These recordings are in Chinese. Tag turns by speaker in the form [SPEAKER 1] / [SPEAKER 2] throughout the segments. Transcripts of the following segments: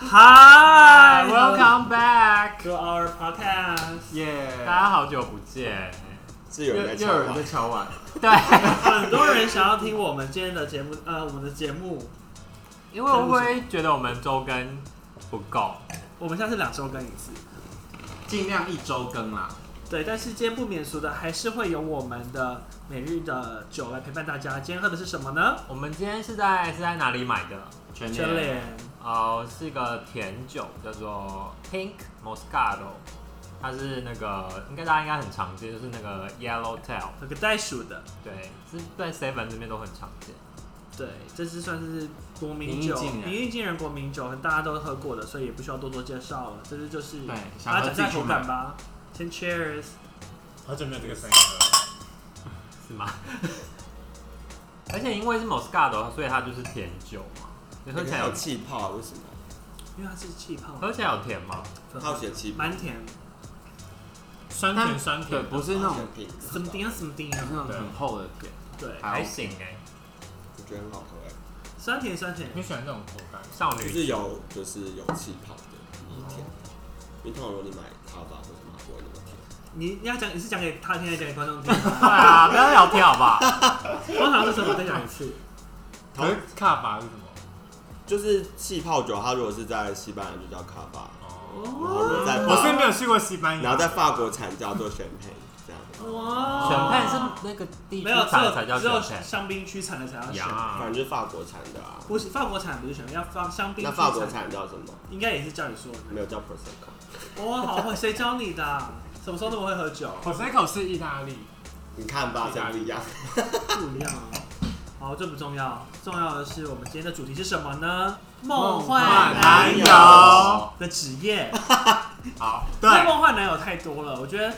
[SPEAKER 1] Hi,
[SPEAKER 2] Welcome back，
[SPEAKER 1] to our podcast。
[SPEAKER 2] 耶、大家好久不见，
[SPEAKER 3] 是有
[SPEAKER 2] 又
[SPEAKER 3] 人在
[SPEAKER 2] 又
[SPEAKER 3] 敲
[SPEAKER 2] 有人
[SPEAKER 3] 碗
[SPEAKER 2] 在敲碗，对，
[SPEAKER 1] 很多人想要听我们今天的节目，呃，我们的节目，
[SPEAKER 2] 因为我会觉得我们周更不够，
[SPEAKER 1] 我们现在是两周更一次，
[SPEAKER 2] 尽量一周更啦。
[SPEAKER 1] 对。但是今天不免俗的，还是会有我们的每日的酒来陪伴大家。今天喝的是什么呢？
[SPEAKER 2] 我们今天是在是在哪里买的？全
[SPEAKER 1] 全脸
[SPEAKER 2] 哦、是一个甜酒，叫做 Pink Moscato，它是那个应该大家应该很常见，就是那个 Yellow Tail，
[SPEAKER 1] 有个袋鼠的，
[SPEAKER 2] 对，是在 Seven 这边都很常见。
[SPEAKER 1] 对，这支算是国民
[SPEAKER 3] 平易
[SPEAKER 1] 酒，
[SPEAKER 3] 近人
[SPEAKER 1] 平易近人国民酒，大家都喝过的，所以也不需要多多介绍了。这支就是
[SPEAKER 2] 对
[SPEAKER 3] 想
[SPEAKER 1] 大
[SPEAKER 3] 喝
[SPEAKER 1] 家讲一下
[SPEAKER 3] 自己去
[SPEAKER 1] 口
[SPEAKER 3] 买
[SPEAKER 1] 感吧。先 Cheers，
[SPEAKER 4] 好久没有这个声音了。
[SPEAKER 2] 是吗？ 而且因为是 Moscato，所以它就是甜酒嘛。你喝起来
[SPEAKER 3] 有
[SPEAKER 2] 有
[SPEAKER 3] 气泡，为什么？
[SPEAKER 1] 因为它是气泡，
[SPEAKER 2] 喝起来有甜吗？
[SPEAKER 3] 好血气泡，
[SPEAKER 1] 蛮甜，
[SPEAKER 4] 酸甜酸
[SPEAKER 2] 对，
[SPEAKER 4] 甜，
[SPEAKER 2] 不是那种
[SPEAKER 3] 品，
[SPEAKER 1] 什么丁什么丁
[SPEAKER 2] 那种
[SPEAKER 1] 啊，
[SPEAKER 2] 很厚的甜，
[SPEAKER 1] 对，
[SPEAKER 2] 还行哎、
[SPEAKER 3] 我觉得很好喝哎，
[SPEAKER 1] 酸甜酸甜。
[SPEAKER 4] 你喜欢这种口感？
[SPEAKER 2] 少
[SPEAKER 3] 就
[SPEAKER 2] 女
[SPEAKER 3] 是有就是有气泡的米甜，因为通常如果你买卡巴或什么它不会那么甜，
[SPEAKER 1] 你你要讲，你是讲给他听，还是讲给观众听？
[SPEAKER 2] 对啊，不要聊天好不好？
[SPEAKER 1] 通常是什么？再讲一次。
[SPEAKER 4] 可是卡法是什么？
[SPEAKER 3] 就是气泡酒，它如果是在西班牙就叫卡巴，
[SPEAKER 4] 哦，
[SPEAKER 3] 然后如果在
[SPEAKER 4] 我是
[SPEAKER 3] 法，
[SPEAKER 4] 没有去过西班
[SPEAKER 3] 然后
[SPEAKER 4] 牙，
[SPEAKER 3] 在法国产叫做 champagne 这样，
[SPEAKER 1] 哦哇
[SPEAKER 2] 选配是那个地区
[SPEAKER 1] 没有只
[SPEAKER 2] 产的
[SPEAKER 1] 有
[SPEAKER 2] 才叫
[SPEAKER 1] 只有
[SPEAKER 2] 选
[SPEAKER 1] 香槟区产的才要
[SPEAKER 2] 配
[SPEAKER 1] 选，
[SPEAKER 3] 反
[SPEAKER 2] 呀
[SPEAKER 3] 正。就是法国产的啊。
[SPEAKER 1] 不是法国产不是选，要放香槟
[SPEAKER 3] 那
[SPEAKER 1] 区
[SPEAKER 3] 法国
[SPEAKER 1] 产
[SPEAKER 3] 产叫什么？
[SPEAKER 1] 应该也是叫你说的。
[SPEAKER 3] 没有叫 prosecco，
[SPEAKER 1] 哇，好会，谁教你的啊？什么时候那么会喝酒？
[SPEAKER 4] 火山口是意大利，
[SPEAKER 3] 你看吧，这不一样。
[SPEAKER 1] 不一样啊。好，这不重要，重要的是我们今天的主题是什么呢？梦
[SPEAKER 2] 幻
[SPEAKER 1] 幻
[SPEAKER 2] 男
[SPEAKER 1] 男
[SPEAKER 2] 友
[SPEAKER 1] 友
[SPEAKER 3] 友
[SPEAKER 1] 的职业。
[SPEAKER 4] 好，
[SPEAKER 1] 因为梦幻男友太多了，我觉得，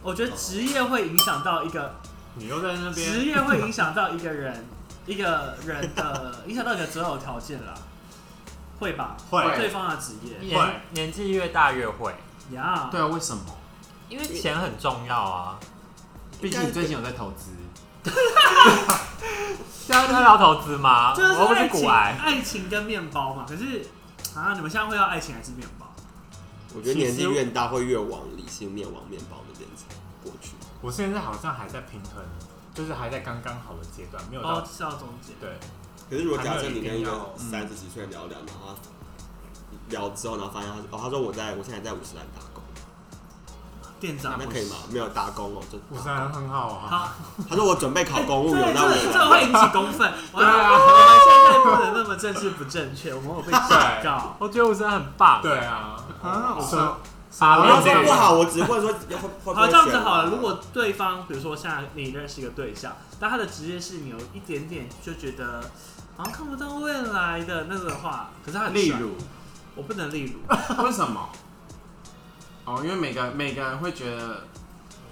[SPEAKER 1] 我觉得职业会影响到一个
[SPEAKER 4] 你又在那
[SPEAKER 1] 职
[SPEAKER 4] 边，
[SPEAKER 1] 业会影响到一个 人，一个人的影响到你的择偶条件啦，会吧？
[SPEAKER 4] 会
[SPEAKER 1] 对方的职业
[SPEAKER 2] 年年纪越大越会，
[SPEAKER 1] 呀，
[SPEAKER 5] 对啊，为什么？
[SPEAKER 2] 因为钱很重要啊。
[SPEAKER 5] 毕竟你最近有在投资，
[SPEAKER 2] 现在在聊投资吗？
[SPEAKER 4] 啊
[SPEAKER 1] 这
[SPEAKER 2] 我又不
[SPEAKER 1] 是爱
[SPEAKER 2] 是股
[SPEAKER 1] 情，
[SPEAKER 2] 癌，
[SPEAKER 1] 爱情跟面包嘛。可是啊，你们现在会要爱情还是面包？
[SPEAKER 3] 我觉得年纪越大会越往理性面、往面包那边走过去。
[SPEAKER 4] 我现在好像还在平衡，就是还在刚刚好的阶段，没有
[SPEAKER 1] 哦，
[SPEAKER 4] 到
[SPEAKER 1] 是到中间。
[SPEAKER 4] 对，
[SPEAKER 3] 可是如果假设你跟
[SPEAKER 4] 还没有
[SPEAKER 3] 一
[SPEAKER 4] 一定
[SPEAKER 3] 个
[SPEAKER 4] 要
[SPEAKER 3] 三十几岁的聊聊，然后他聊之后，然后发现他哦，他说我在我现在在五十兰打工，
[SPEAKER 1] 店长
[SPEAKER 3] 那，可以吗？没有打工哦，就
[SPEAKER 4] 五三很好啊，
[SPEAKER 1] 好，
[SPEAKER 3] 他说我准备考公务
[SPEAKER 1] 这
[SPEAKER 3] 员，哦那
[SPEAKER 1] 这这
[SPEAKER 3] 我
[SPEAKER 1] 会引起公愤。我
[SPEAKER 4] 对啊
[SPEAKER 1] 我们现在不能那么政治不正确，我们有被警告。
[SPEAKER 2] 我觉得我真的很棒。
[SPEAKER 4] 对啊，
[SPEAKER 5] 啊，我
[SPEAKER 4] 什么
[SPEAKER 2] 啊，
[SPEAKER 3] 我
[SPEAKER 2] 没有
[SPEAKER 3] 要
[SPEAKER 2] 这
[SPEAKER 3] 说不
[SPEAKER 2] 个
[SPEAKER 3] 好，我只问说会会不会
[SPEAKER 1] 好，这样子
[SPEAKER 3] 选我
[SPEAKER 1] 好了。如果对方，比如说像你认识一个对象，但他的职业是你有一点点就觉得好像看不到未来的那个的话，可是他很
[SPEAKER 5] 例
[SPEAKER 1] 帅
[SPEAKER 5] 如
[SPEAKER 1] 我不能例如，
[SPEAKER 5] 为什么？哦，因为每个每个人会觉得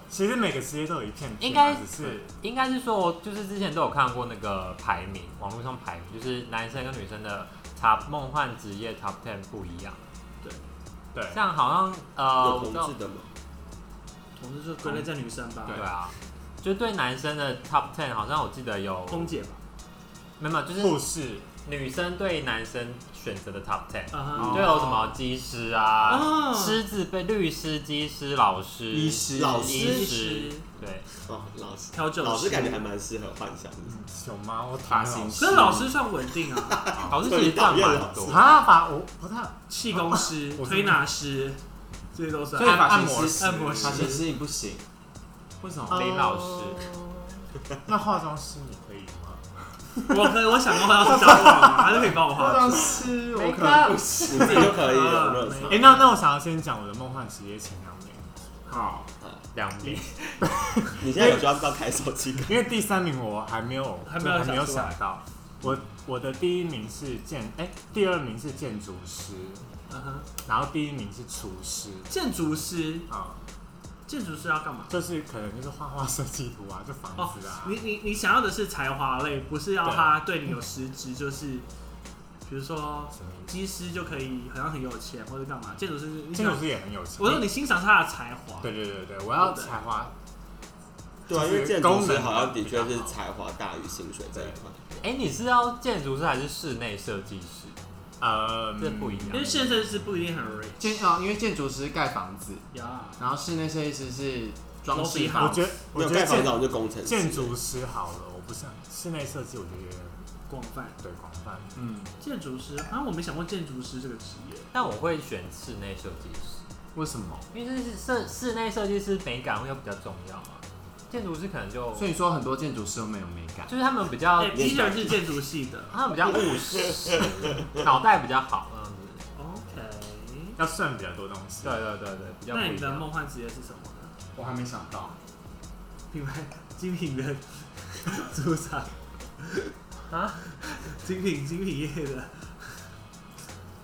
[SPEAKER 4] 其实每个职业都有一片天啊
[SPEAKER 2] 应该
[SPEAKER 4] 只是
[SPEAKER 2] 应该是说，我就是之前都有看过那个排名，网络上排名就是男生跟女生的 top 梦幻职业 top ten 不一样。
[SPEAKER 4] 对，
[SPEAKER 2] 像好像呃，
[SPEAKER 3] 有
[SPEAKER 2] 我
[SPEAKER 3] 同
[SPEAKER 2] 知道
[SPEAKER 3] 志的吗？
[SPEAKER 1] 同事就归类在女生吧，
[SPEAKER 2] 对啊，就对男生的 top ten 好像我记得有，
[SPEAKER 1] 空姐吧，
[SPEAKER 2] 没有没有就是
[SPEAKER 4] 护士
[SPEAKER 2] 女生对男生选择的 top ten，
[SPEAKER 1] 啊
[SPEAKER 5] 哦
[SPEAKER 2] 就有什么技师啊、
[SPEAKER 1] 哈，
[SPEAKER 2] 狮子被律师、技师、老师、
[SPEAKER 5] 医师
[SPEAKER 3] 老师
[SPEAKER 2] 医
[SPEAKER 1] 医
[SPEAKER 2] 师
[SPEAKER 1] 师，
[SPEAKER 2] 对，
[SPEAKER 3] 哦，老师，
[SPEAKER 1] 调酒
[SPEAKER 3] 老师感觉还蛮适合幻想的。
[SPEAKER 4] 有吗？嗯我
[SPEAKER 5] 发型
[SPEAKER 1] 可是老师算稳定啊，
[SPEAKER 2] 老师其实赚
[SPEAKER 3] 所以你讨厌
[SPEAKER 2] 蛮
[SPEAKER 3] 老师
[SPEAKER 2] 多。
[SPEAKER 4] 啊，发我不太
[SPEAKER 1] 气功师、
[SPEAKER 4] 我
[SPEAKER 1] 推拿师，这些都算啊
[SPEAKER 5] 所以。
[SPEAKER 4] 按
[SPEAKER 5] 发型师
[SPEAKER 1] 按摩师
[SPEAKER 5] 发型师你不行，为什么？
[SPEAKER 2] 林老师
[SPEAKER 4] 那化妆师你可以吗？
[SPEAKER 1] 我可以，我想过要去找我嘛，啊他就可以帮我化妆。
[SPEAKER 4] 师我可
[SPEAKER 2] 能
[SPEAKER 4] 不
[SPEAKER 3] 你自己就可以了，热
[SPEAKER 4] 哎、那那我想要先讲我的梦幻职业前两名，
[SPEAKER 5] 好，
[SPEAKER 2] 两名，
[SPEAKER 3] 你现在有需要到开手机
[SPEAKER 4] 因为第三名我还没有，
[SPEAKER 1] 还没有
[SPEAKER 4] 就还没有
[SPEAKER 1] 想出来
[SPEAKER 4] 想到。我我的第一名是建，哎、第二名是建筑师，
[SPEAKER 1] 嗯哼，
[SPEAKER 4] 然后第一名是厨师
[SPEAKER 1] 建筑师，
[SPEAKER 4] 啊、
[SPEAKER 1] 建筑师要干嘛？
[SPEAKER 4] 就是可能就是画画设计图啊，就房
[SPEAKER 1] 哦
[SPEAKER 4] 子啊，
[SPEAKER 1] 你你你想要的是才华类，不是要他对你有实质，就是比如说
[SPEAKER 4] 什么意
[SPEAKER 1] 技师就可以好像很有钱或者干嘛，建筑师你
[SPEAKER 4] 思
[SPEAKER 1] 想
[SPEAKER 4] 建筑师也很有钱。
[SPEAKER 1] 我说你欣赏他的才华，
[SPEAKER 4] 对对对对，我要才华，
[SPEAKER 3] 对啊，因
[SPEAKER 4] 就是
[SPEAKER 3] 为建筑
[SPEAKER 4] 功
[SPEAKER 3] 师
[SPEAKER 4] 能
[SPEAKER 3] 好像的
[SPEAKER 4] 比
[SPEAKER 3] 确
[SPEAKER 4] 较
[SPEAKER 3] 是
[SPEAKER 4] 好啊
[SPEAKER 3] 才华大于薪水这一块。
[SPEAKER 2] 哎，你是要建筑师还是室内设计师？
[SPEAKER 4] 呃，
[SPEAKER 2] 这不一
[SPEAKER 1] 嗯因
[SPEAKER 2] 样
[SPEAKER 1] 为。现在是不一定很 rich
[SPEAKER 5] 建哦，因为建筑师盖房子，
[SPEAKER 1] 呀。
[SPEAKER 5] 然后室内设计师是装饰
[SPEAKER 1] Lobby
[SPEAKER 5] 好
[SPEAKER 4] 我觉得
[SPEAKER 3] 没
[SPEAKER 4] 我
[SPEAKER 3] 有
[SPEAKER 4] 觉
[SPEAKER 3] 盖
[SPEAKER 4] 得
[SPEAKER 3] 房子
[SPEAKER 4] 建
[SPEAKER 3] 好像就工程师
[SPEAKER 4] 建筑师好了，我不想室内设计，我觉得有点
[SPEAKER 1] 广泛
[SPEAKER 4] 对广泛。
[SPEAKER 5] 嗯，
[SPEAKER 1] 建筑师，啊，我没想过建筑师这个职业。
[SPEAKER 2] 但我会选室内设计师，
[SPEAKER 5] 为什么？
[SPEAKER 2] 因为是室室内设计师美感会比较重要嘛。建筑师可能就
[SPEAKER 5] 所以说很多建筑师都没有美感。
[SPEAKER 2] 就是他们比较
[SPEAKER 1] 哎，Peter 是建筑系的
[SPEAKER 2] 他们比较务实， 脑袋比较好这样子。
[SPEAKER 1] ，OK。
[SPEAKER 4] 要算比较多东西。
[SPEAKER 2] 对，对对对，比较不
[SPEAKER 1] 那你
[SPEAKER 2] 一
[SPEAKER 1] 的
[SPEAKER 2] 样。
[SPEAKER 1] 梦幻职业是什么呢？
[SPEAKER 5] 我还没想到，
[SPEAKER 1] 品牌精品的主场
[SPEAKER 2] 啊，
[SPEAKER 1] 精品精品业的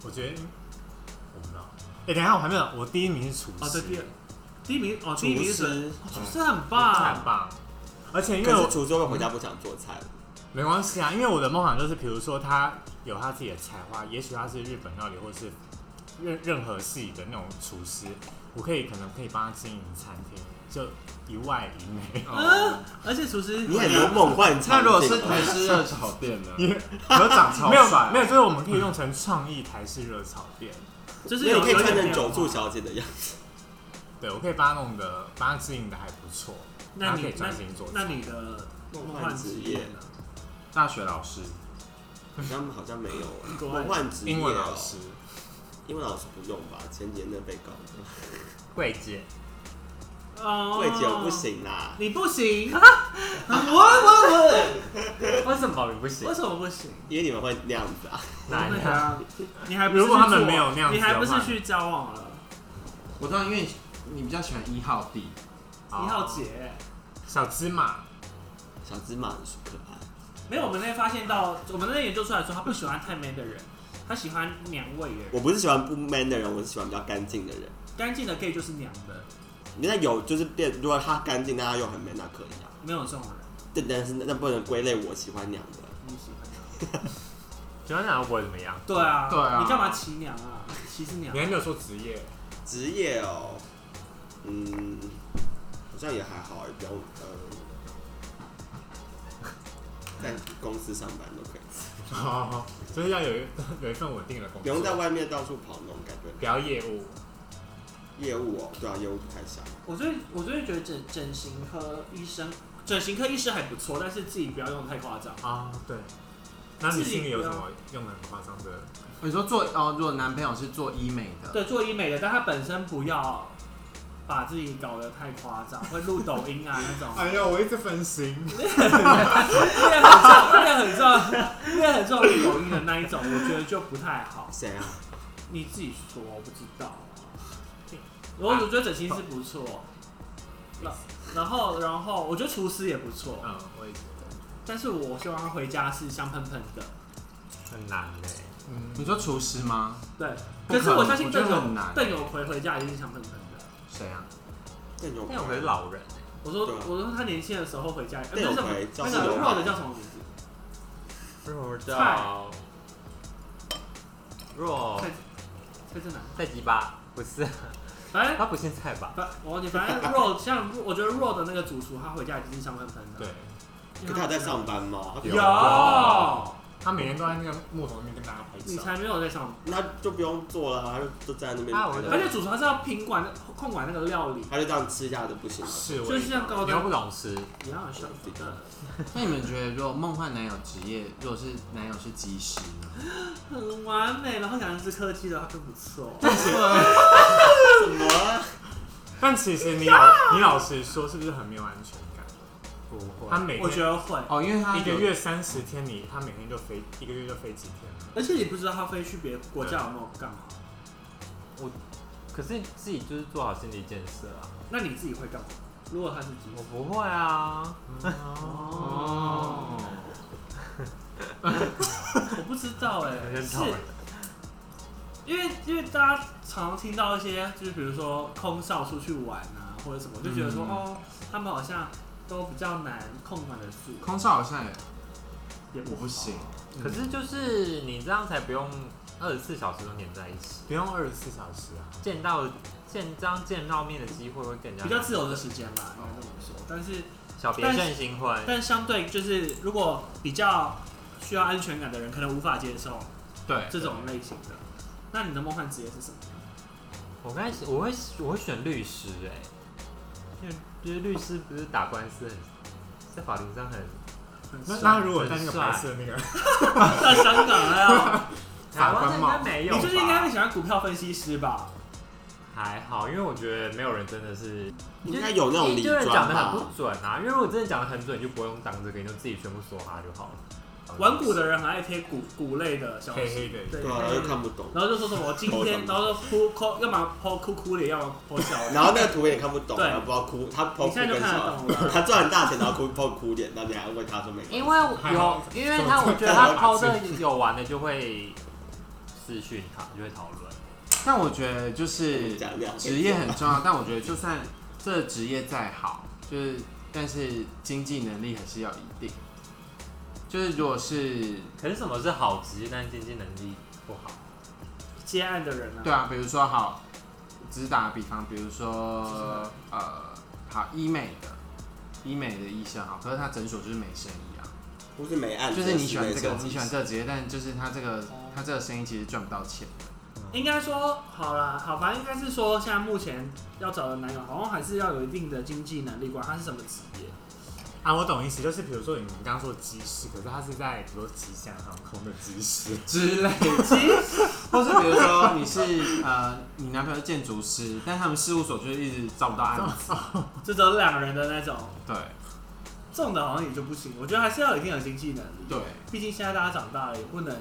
[SPEAKER 4] 我觉得我不知道。哎、等一下，我还没有，我第一名是厨
[SPEAKER 1] 哦，
[SPEAKER 4] 师，
[SPEAKER 1] 对，第二第一名哦，
[SPEAKER 3] 厨
[SPEAKER 1] 第一名是谁
[SPEAKER 3] 师，
[SPEAKER 1] 哦厨师很
[SPEAKER 2] 很
[SPEAKER 4] 啊
[SPEAKER 1] 棒，
[SPEAKER 2] 棒，
[SPEAKER 4] 而且因为
[SPEAKER 3] 可
[SPEAKER 4] 我
[SPEAKER 3] 是厨师会不会回家不想做菜了，
[SPEAKER 4] 没关系啊，因为我的梦想就是，比如说他有他自己的才华，也许他是日本料理或是任任何系的那种厨师，我可以可能可以帮他经营餐厅，就一外一内。
[SPEAKER 1] 嗯，而且厨师
[SPEAKER 3] 你很多梦幻
[SPEAKER 5] 那
[SPEAKER 3] 场景。
[SPEAKER 5] 如果是台式热 炒店呢？
[SPEAKER 4] 因为
[SPEAKER 5] 你要长超
[SPEAKER 4] 没有
[SPEAKER 5] 帅，
[SPEAKER 4] 没有，就是我们可以用成创意台式热炒店。
[SPEAKER 1] 就是
[SPEAKER 3] 那
[SPEAKER 1] 有
[SPEAKER 3] 你可以
[SPEAKER 1] 有
[SPEAKER 3] 穿
[SPEAKER 1] 点
[SPEAKER 3] 成九
[SPEAKER 1] 变化
[SPEAKER 3] 柱小姐的样子，
[SPEAKER 4] 对，我可以帮他弄的，帮他经营的还不错，
[SPEAKER 1] 那
[SPEAKER 4] 然后可
[SPEAKER 1] 你
[SPEAKER 4] 以
[SPEAKER 1] 那
[SPEAKER 4] 专心做菜。
[SPEAKER 1] 那你的梦幻职业呢？
[SPEAKER 5] 大学老师，
[SPEAKER 3] 他们好像没有哎
[SPEAKER 1] 国外
[SPEAKER 3] 梦幻职业哦
[SPEAKER 4] 英文老师，
[SPEAKER 3] 英文老师不用吧？前几天那被告
[SPEAKER 2] 柜姐，
[SPEAKER 1] 哦
[SPEAKER 3] 桂姐我不，行啦，
[SPEAKER 1] 你不行，啊我我
[SPEAKER 2] 为什么你不
[SPEAKER 1] 我
[SPEAKER 2] 行
[SPEAKER 1] 为？什么不行？
[SPEAKER 3] 因为你们会那样子啊。
[SPEAKER 2] 哪一
[SPEAKER 1] 对
[SPEAKER 2] 个？
[SPEAKER 1] 啊，你还不是
[SPEAKER 4] 如果他们
[SPEAKER 1] 去做
[SPEAKER 4] 没有那样子
[SPEAKER 1] 你还不
[SPEAKER 4] 的
[SPEAKER 1] 是
[SPEAKER 4] 话
[SPEAKER 1] 去交往了？
[SPEAKER 5] 我知道，因为你比较喜欢一号地，
[SPEAKER 1] 一
[SPEAKER 4] 哦
[SPEAKER 1] 号姐，
[SPEAKER 4] 小芝麻，
[SPEAKER 3] 小芝麻很可爱，
[SPEAKER 1] 没有，我们那天发现到，我们那天研究出来说，他不喜欢太 man 的人，他喜欢娘味的人，
[SPEAKER 3] 我不是喜欢不 man 的人，我是喜欢比较干净的人。
[SPEAKER 1] 干净的 gay 就是娘的，
[SPEAKER 3] 你那有就是变，如果他干净，但他又很 man，那可以啊。
[SPEAKER 1] 没有这种人，
[SPEAKER 3] 但但是那那不能归类我喜欢娘的。
[SPEAKER 1] 你喜欢娘？
[SPEAKER 2] 喜欢哪个国怎么样？
[SPEAKER 1] 对啊，
[SPEAKER 5] 对啊
[SPEAKER 1] 你干嘛骑娘啊？骑是娘
[SPEAKER 4] 你，还没有说职业，
[SPEAKER 3] 职业哦，嗯，好像也还好，也不用呃，在公司上班都可以，
[SPEAKER 4] 哦，就是要有一有一份稳定的工
[SPEAKER 3] 不用在
[SPEAKER 4] 作，
[SPEAKER 3] 外面到处跑那种感觉。
[SPEAKER 4] 不要业务。
[SPEAKER 3] 业务哦，对啊，业务不太像。
[SPEAKER 1] 我最我最近觉得整整形科医生，整形科医师还不错，但是自己不要用得太夸张。
[SPEAKER 4] 啊，对。那你
[SPEAKER 1] 自己
[SPEAKER 4] 心里有
[SPEAKER 1] 不
[SPEAKER 4] 什
[SPEAKER 1] 要
[SPEAKER 4] 么用的很夸张的？
[SPEAKER 5] 你说做哦，如果男朋友是做医美的，
[SPEAKER 1] 对，做医美的，但他本身不要把自己搞得太夸张，会录抖音啊那 种。
[SPEAKER 4] 哎呦，我一直分心。
[SPEAKER 1] 那个很重，那个很重，那个很重录抖音的那一种，我觉得就不太好。
[SPEAKER 3] 谁啊？
[SPEAKER 1] 你自己说，我不知道啊。我我觉得整形师不错，然然后然后我觉得厨师也不错，
[SPEAKER 4] 嗯，我也觉得
[SPEAKER 1] 但是我希望他回家是香喷喷的。
[SPEAKER 2] 很难嘞。
[SPEAKER 5] 你
[SPEAKER 4] 嗯，
[SPEAKER 5] 说厨师吗？
[SPEAKER 1] 对，
[SPEAKER 5] 不
[SPEAKER 1] 可
[SPEAKER 5] 可
[SPEAKER 1] 是我
[SPEAKER 5] 能
[SPEAKER 1] 相信
[SPEAKER 5] 我
[SPEAKER 1] 邓
[SPEAKER 5] 觉得
[SPEAKER 1] 有
[SPEAKER 5] 很难
[SPEAKER 1] 邓有奎回家一定是香喷喷的。
[SPEAKER 5] 谁啊？
[SPEAKER 3] 邓永
[SPEAKER 2] 那我是老人欸
[SPEAKER 1] 我说
[SPEAKER 3] 对啊
[SPEAKER 1] 我说他年轻的时候回家，呃
[SPEAKER 3] 邓有
[SPEAKER 1] 那
[SPEAKER 3] 奎
[SPEAKER 1] 什么
[SPEAKER 3] 赵
[SPEAKER 1] 那
[SPEAKER 3] 世
[SPEAKER 1] 个
[SPEAKER 3] 荣
[SPEAKER 1] r o 的叫什么名字？
[SPEAKER 2] 若
[SPEAKER 1] 到
[SPEAKER 2] 若
[SPEAKER 1] 蔡蔡正南。
[SPEAKER 2] 菜鸡吧？不是，
[SPEAKER 1] 反正
[SPEAKER 2] 他不姓蔡吧？
[SPEAKER 1] 哎反我忘记，反正 Road 像我觉得 Road 的那个主厨，他回家已经是香喷喷的。
[SPEAKER 4] 对，
[SPEAKER 3] 可他有在上班吗？啊
[SPEAKER 1] 有，
[SPEAKER 4] 有他每天都在那个木头那边跟大家拍
[SPEAKER 1] 你
[SPEAKER 4] 照。
[SPEAKER 1] 才没有在上班。
[SPEAKER 3] 那就不用做了，他就就在那边，
[SPEAKER 2] 啊我
[SPEAKER 3] 他就
[SPEAKER 1] 而且主厨他是要品管控管那个料理，
[SPEAKER 3] 他就这样吃下的不行了。
[SPEAKER 4] 是，我
[SPEAKER 1] 就
[SPEAKER 4] 也
[SPEAKER 1] 是像高
[SPEAKER 2] 你又
[SPEAKER 1] 端
[SPEAKER 2] 不懂吃，
[SPEAKER 1] 一样香的。
[SPEAKER 5] 那你们觉得，如果梦幻男友职业，如果是男友是技师呢？
[SPEAKER 1] 很完美，然后讲是科技的话更不错。
[SPEAKER 3] 什么啊？
[SPEAKER 4] 但其实你老你老实说，是不是很没有安全感？
[SPEAKER 2] 不会
[SPEAKER 4] 他每
[SPEAKER 1] 我觉
[SPEAKER 4] 天
[SPEAKER 1] 得会，
[SPEAKER 5] 哦，因为他
[SPEAKER 4] 一个
[SPEAKER 5] 有，
[SPEAKER 4] 月三十天，你他每天就飞一个月就飞几天了？
[SPEAKER 1] 而且你不知道他飞去别国家有没有干嘛，
[SPEAKER 2] 可是自己就是做好心理建设啊。
[SPEAKER 1] 那你自己会干嘛？如果他是主
[SPEAKER 2] 我不
[SPEAKER 1] 厨，
[SPEAKER 2] 会啊，
[SPEAKER 4] 嗯
[SPEAKER 1] 哦，我不知道哎、
[SPEAKER 2] 有点
[SPEAKER 1] 是
[SPEAKER 2] 讨厌
[SPEAKER 1] 因为因为大家常听到一些，就是比如说空少出去玩啊，或者什么，就觉得说、
[SPEAKER 5] 嗯
[SPEAKER 1] 哦，他们好像都比较难控管得住，
[SPEAKER 5] 空少好像也
[SPEAKER 1] 也不
[SPEAKER 5] 我
[SPEAKER 1] 好
[SPEAKER 5] 不行，，
[SPEAKER 2] 可是就是你这样才不用二十四小时都黏在一起，
[SPEAKER 4] 不用二十四小时啊。
[SPEAKER 2] 见到见这样见到面的机会会更加
[SPEAKER 1] 比较自由的时间啦，
[SPEAKER 5] 哦
[SPEAKER 1] 应该这么说。但是
[SPEAKER 2] 小别胜新婚，
[SPEAKER 1] 但相对就是，如果比较需要安全感的人，可能无法接受
[SPEAKER 5] 对
[SPEAKER 1] 这种类型的。那你的梦幻职业是什么？
[SPEAKER 2] 我刚开始我会我会选律师哎、因为就是律师不是打官司很在法庭上很
[SPEAKER 1] 很
[SPEAKER 4] 那
[SPEAKER 1] 帅
[SPEAKER 4] 那如果在那个白色那个，
[SPEAKER 1] 到香港了，
[SPEAKER 4] 法官
[SPEAKER 2] 台
[SPEAKER 4] 帽
[SPEAKER 2] 湾应该没有吧，
[SPEAKER 1] 你就是应该会喜欢股票分析师吧？
[SPEAKER 2] 还好，因为我觉得没有人真的是
[SPEAKER 3] 应该有那种
[SPEAKER 2] 一
[SPEAKER 3] 理
[SPEAKER 2] 堆人
[SPEAKER 3] 专
[SPEAKER 2] 讲的很
[SPEAKER 3] 吧
[SPEAKER 2] 不？准啊，因为如果真的讲的很准，你就不用当这个，你就自己全部梭哈就好了。
[SPEAKER 1] 玩股的人很爱贴股股类的消息，
[SPEAKER 4] 黑黑的
[SPEAKER 1] 对，
[SPEAKER 3] 对啊，然后又看不懂，
[SPEAKER 1] 然后就说什么我今天，然后就哭哭，要么剖哭哭脸，要么剖笑脸。
[SPEAKER 3] 然后那个图也看不懂，
[SPEAKER 1] 对
[SPEAKER 3] 然后不知道哭，他抛
[SPEAKER 1] 你
[SPEAKER 3] 哭
[SPEAKER 1] 现在就
[SPEAKER 3] 跟
[SPEAKER 1] 看得
[SPEAKER 3] 笑
[SPEAKER 1] 懂，了。
[SPEAKER 3] 他赚很大钱，然后哭抛哭脸，那你还问他说没？
[SPEAKER 2] 因为有，因为他我觉得他抛的有玩的就会私讯他，就会讨论。
[SPEAKER 5] 但我觉得就是
[SPEAKER 3] 讲两
[SPEAKER 5] 职业很重要，但我觉得就算这职业再好，就是但是经济能力还是要一定。就是如果是
[SPEAKER 2] 可是什么是好职业，但是经济能力不好？
[SPEAKER 1] 接案的人啊，
[SPEAKER 5] 对啊，比如说好，只打比方，比如说呃，好医美的医美的医生好，可是他诊所就是没生意啊。
[SPEAKER 3] 不是没按，
[SPEAKER 5] 就是你喜欢这个，
[SPEAKER 3] 没设计
[SPEAKER 5] 你喜欢这个职业，但就是他这个
[SPEAKER 1] 哦
[SPEAKER 5] 他这个生意其实赚不到钱。
[SPEAKER 1] 应该说好啦，好，反正应该是说，现在目前要找的男友，好像还是要有一定的经济能力，管他是什么职业。
[SPEAKER 4] 啊，我懂意思，就是比如说你刚刚说机师，可是他是在比如说吉祥航空的机师，
[SPEAKER 5] 之类 的，或是比如说你是呃，你男朋友是建筑师，但他们事务所就是一直找不到案子，
[SPEAKER 1] 这都是两人的那种，
[SPEAKER 5] 对
[SPEAKER 1] 这种的好像也就不行。我觉得还是要有一定的经济能力。
[SPEAKER 5] 对
[SPEAKER 1] 毕竟现在大家长大了，也不能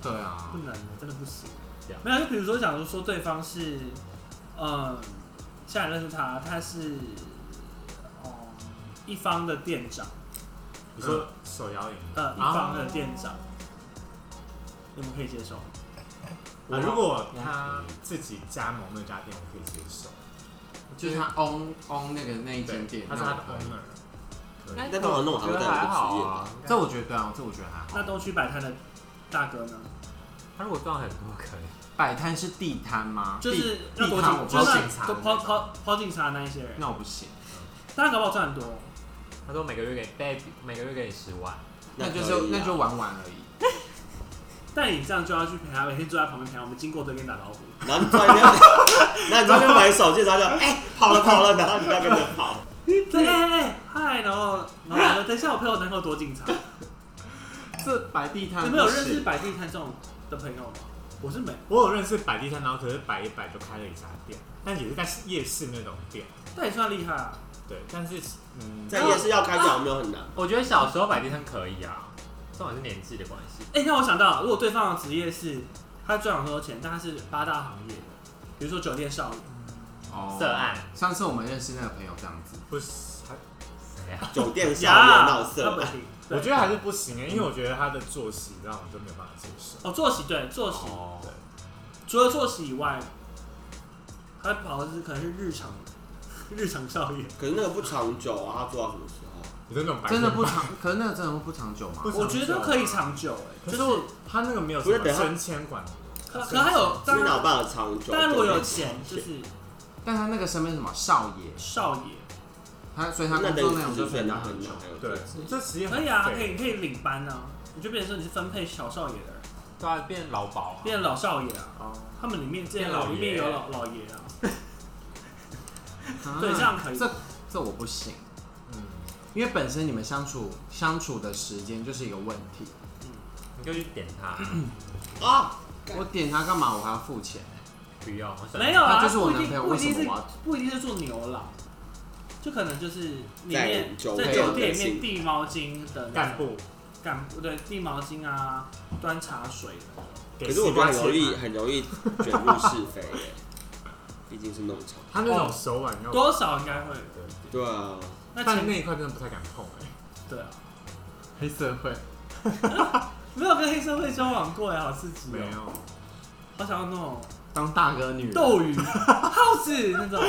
[SPEAKER 5] 对啊
[SPEAKER 1] 不，能的，真的不行
[SPEAKER 2] 这样。
[SPEAKER 1] 没有，就比如说，假如说对方是，嗯，现在认识他，他是，哦、一方的店长，
[SPEAKER 4] 你说手摇饮
[SPEAKER 1] 呃，一方的店长，你们可以接受吗？
[SPEAKER 4] 啊，如果他自己加盟那家店，我可以接受，
[SPEAKER 5] 就是他 own own 那个那一间店，
[SPEAKER 4] 他是他
[SPEAKER 5] 那
[SPEAKER 4] 的
[SPEAKER 5] 我可以
[SPEAKER 4] owner，
[SPEAKER 3] 但通常那种还
[SPEAKER 2] 我觉得
[SPEAKER 3] 会带有
[SPEAKER 2] 还
[SPEAKER 3] 个职
[SPEAKER 2] 好
[SPEAKER 3] 业
[SPEAKER 2] 啊
[SPEAKER 3] 吧。
[SPEAKER 5] 这我觉得对啊，这我觉得还
[SPEAKER 1] 那
[SPEAKER 5] 好。
[SPEAKER 1] 东区摆摊的大哥呢？
[SPEAKER 2] 他如果赚很多可以，
[SPEAKER 5] 摆摊是地摊吗？
[SPEAKER 1] 就是
[SPEAKER 5] 地
[SPEAKER 1] 要
[SPEAKER 5] 地
[SPEAKER 1] 多
[SPEAKER 5] 摊我
[SPEAKER 1] 警，
[SPEAKER 5] 不
[SPEAKER 1] 就是
[SPEAKER 5] 行，
[SPEAKER 1] 要抛抛抛警察的那一些人，
[SPEAKER 5] 那我不行，
[SPEAKER 1] 大家搞不好赚很多。
[SPEAKER 2] 他说每个月给 baby 每个月给你十万，
[SPEAKER 5] 那就
[SPEAKER 3] 可
[SPEAKER 5] 是
[SPEAKER 3] 以啊
[SPEAKER 5] 那就玩玩而已。
[SPEAKER 1] 但你这样就要去陪他，每天坐在旁边陪他，我们经过都跟你打招呼。
[SPEAKER 3] 然后你突然 间，那你突然间买手机，然后就哎跑了跑了，然后你再跟着 跑，
[SPEAKER 1] 对，哎哎哎嗨，然后然后等一下我陪我男朋友躲警察。
[SPEAKER 5] 这摆地摊
[SPEAKER 1] 你
[SPEAKER 5] 啊不
[SPEAKER 1] 们有认识
[SPEAKER 5] 行，
[SPEAKER 1] 摆地摊这种的朋友吗？我是没，
[SPEAKER 4] 我有认识摆地摊，然后可是摆一摆就开了一家店，但也是在夜市那种店，
[SPEAKER 1] 但也算厉害啊。
[SPEAKER 4] 对，但是嗯，
[SPEAKER 3] 在夜市要开奖没有很难。
[SPEAKER 2] 我觉得小时候摆地摊可以啊，重点是年纪的关系。
[SPEAKER 1] 哎、让我想到，如果对方的职业是他赚很多钱，但他是八大行业的，比如说酒店少爷，
[SPEAKER 5] 哦
[SPEAKER 2] 涉案。
[SPEAKER 5] 上次我们认识那个朋友这样子，
[SPEAKER 4] 不是，还
[SPEAKER 2] 谁啊？
[SPEAKER 3] 酒店少
[SPEAKER 1] 呀
[SPEAKER 3] 年闹色
[SPEAKER 1] 他，本行。
[SPEAKER 4] 我觉
[SPEAKER 1] 得
[SPEAKER 4] 得还是不行欸因为我觉得他的作息让我就没有办法接受。
[SPEAKER 1] 哦，作息对作息，
[SPEAKER 2] 哦，
[SPEAKER 1] 除了作息以外，他跑的是可能是日常日常少爷。
[SPEAKER 3] 可是那个不长久啊，他做到什么时候？
[SPEAKER 4] 你说那种白
[SPEAKER 5] 真的不
[SPEAKER 4] 天
[SPEAKER 5] 长，可是那个真的不长久吗？
[SPEAKER 4] 不
[SPEAKER 1] 我觉得可以长久哎、
[SPEAKER 4] 可
[SPEAKER 1] 就是
[SPEAKER 4] 我他那个没有什
[SPEAKER 3] 不是
[SPEAKER 4] 么
[SPEAKER 3] 等一下
[SPEAKER 4] 升迁管，
[SPEAKER 1] 可可还有当
[SPEAKER 3] 是
[SPEAKER 1] 然
[SPEAKER 3] 哪有办法长久？
[SPEAKER 1] 当然如果有钱就是
[SPEAKER 5] 但他那个身份是什么少爷，
[SPEAKER 1] 少爷
[SPEAKER 5] 他所以他
[SPEAKER 3] 那
[SPEAKER 5] 工
[SPEAKER 3] 等
[SPEAKER 5] 作
[SPEAKER 3] 于
[SPEAKER 5] 内容
[SPEAKER 3] 四
[SPEAKER 5] 就
[SPEAKER 3] 十岁
[SPEAKER 5] 很
[SPEAKER 3] 拿
[SPEAKER 5] 难
[SPEAKER 3] 很
[SPEAKER 5] 很久
[SPEAKER 3] 久，。还有
[SPEAKER 4] 对
[SPEAKER 3] 这次，
[SPEAKER 4] 这 职业很
[SPEAKER 1] 可以啊，
[SPEAKER 4] 废
[SPEAKER 1] 可以可以领班啊，你就变成说你是分配小少爷的人，
[SPEAKER 2] 对啊，变劳保啊。
[SPEAKER 1] 变成老少爷啊。
[SPEAKER 4] 哦
[SPEAKER 1] 他们里面这
[SPEAKER 2] 变老爷
[SPEAKER 1] 里面有老老爷啊，
[SPEAKER 5] 啊
[SPEAKER 1] 对这样可以
[SPEAKER 5] 这这我不行，
[SPEAKER 4] 嗯，
[SPEAKER 5] 因为本身你们相处相处的时间就是一个问题。
[SPEAKER 2] 你就去点他，
[SPEAKER 3] 啊，
[SPEAKER 5] 我点他干嘛？我还要付钱？
[SPEAKER 2] 不用，我想
[SPEAKER 1] 没有啊，
[SPEAKER 5] 他就是我
[SPEAKER 1] 不一
[SPEAKER 5] 男
[SPEAKER 1] 定不
[SPEAKER 5] 朋友
[SPEAKER 1] 一定
[SPEAKER 5] 为
[SPEAKER 1] 是
[SPEAKER 5] 什么我要
[SPEAKER 1] 不一定是做牛郎，就可能就是里面
[SPEAKER 3] 在酒
[SPEAKER 1] 在
[SPEAKER 5] 店
[SPEAKER 1] 酒店
[SPEAKER 3] 的
[SPEAKER 1] 里面
[SPEAKER 3] 性
[SPEAKER 1] 递毛巾的那
[SPEAKER 4] 干
[SPEAKER 1] 种
[SPEAKER 4] 部
[SPEAKER 1] 干部对递毛巾啊，端茶水的，
[SPEAKER 4] 给
[SPEAKER 3] 可是我觉得很
[SPEAKER 4] 西瓜
[SPEAKER 3] 容易
[SPEAKER 4] 切
[SPEAKER 3] 很容易卷入是非耶，毕竟是弄潮。
[SPEAKER 4] 他那种手腕要
[SPEAKER 1] 多少应该会有。
[SPEAKER 3] 对啊，
[SPEAKER 1] 那
[SPEAKER 4] 但
[SPEAKER 1] 前
[SPEAKER 4] 那一块真的不太敢碰哎、
[SPEAKER 1] 对啊，
[SPEAKER 5] 黑社会
[SPEAKER 1] 没有跟黑社会交往过哎，好刺激
[SPEAKER 4] 没
[SPEAKER 1] 哦！
[SPEAKER 4] 有，
[SPEAKER 1] 好想要那种
[SPEAKER 5] 当大哥女人，
[SPEAKER 1] 斗鱼、耗子那种，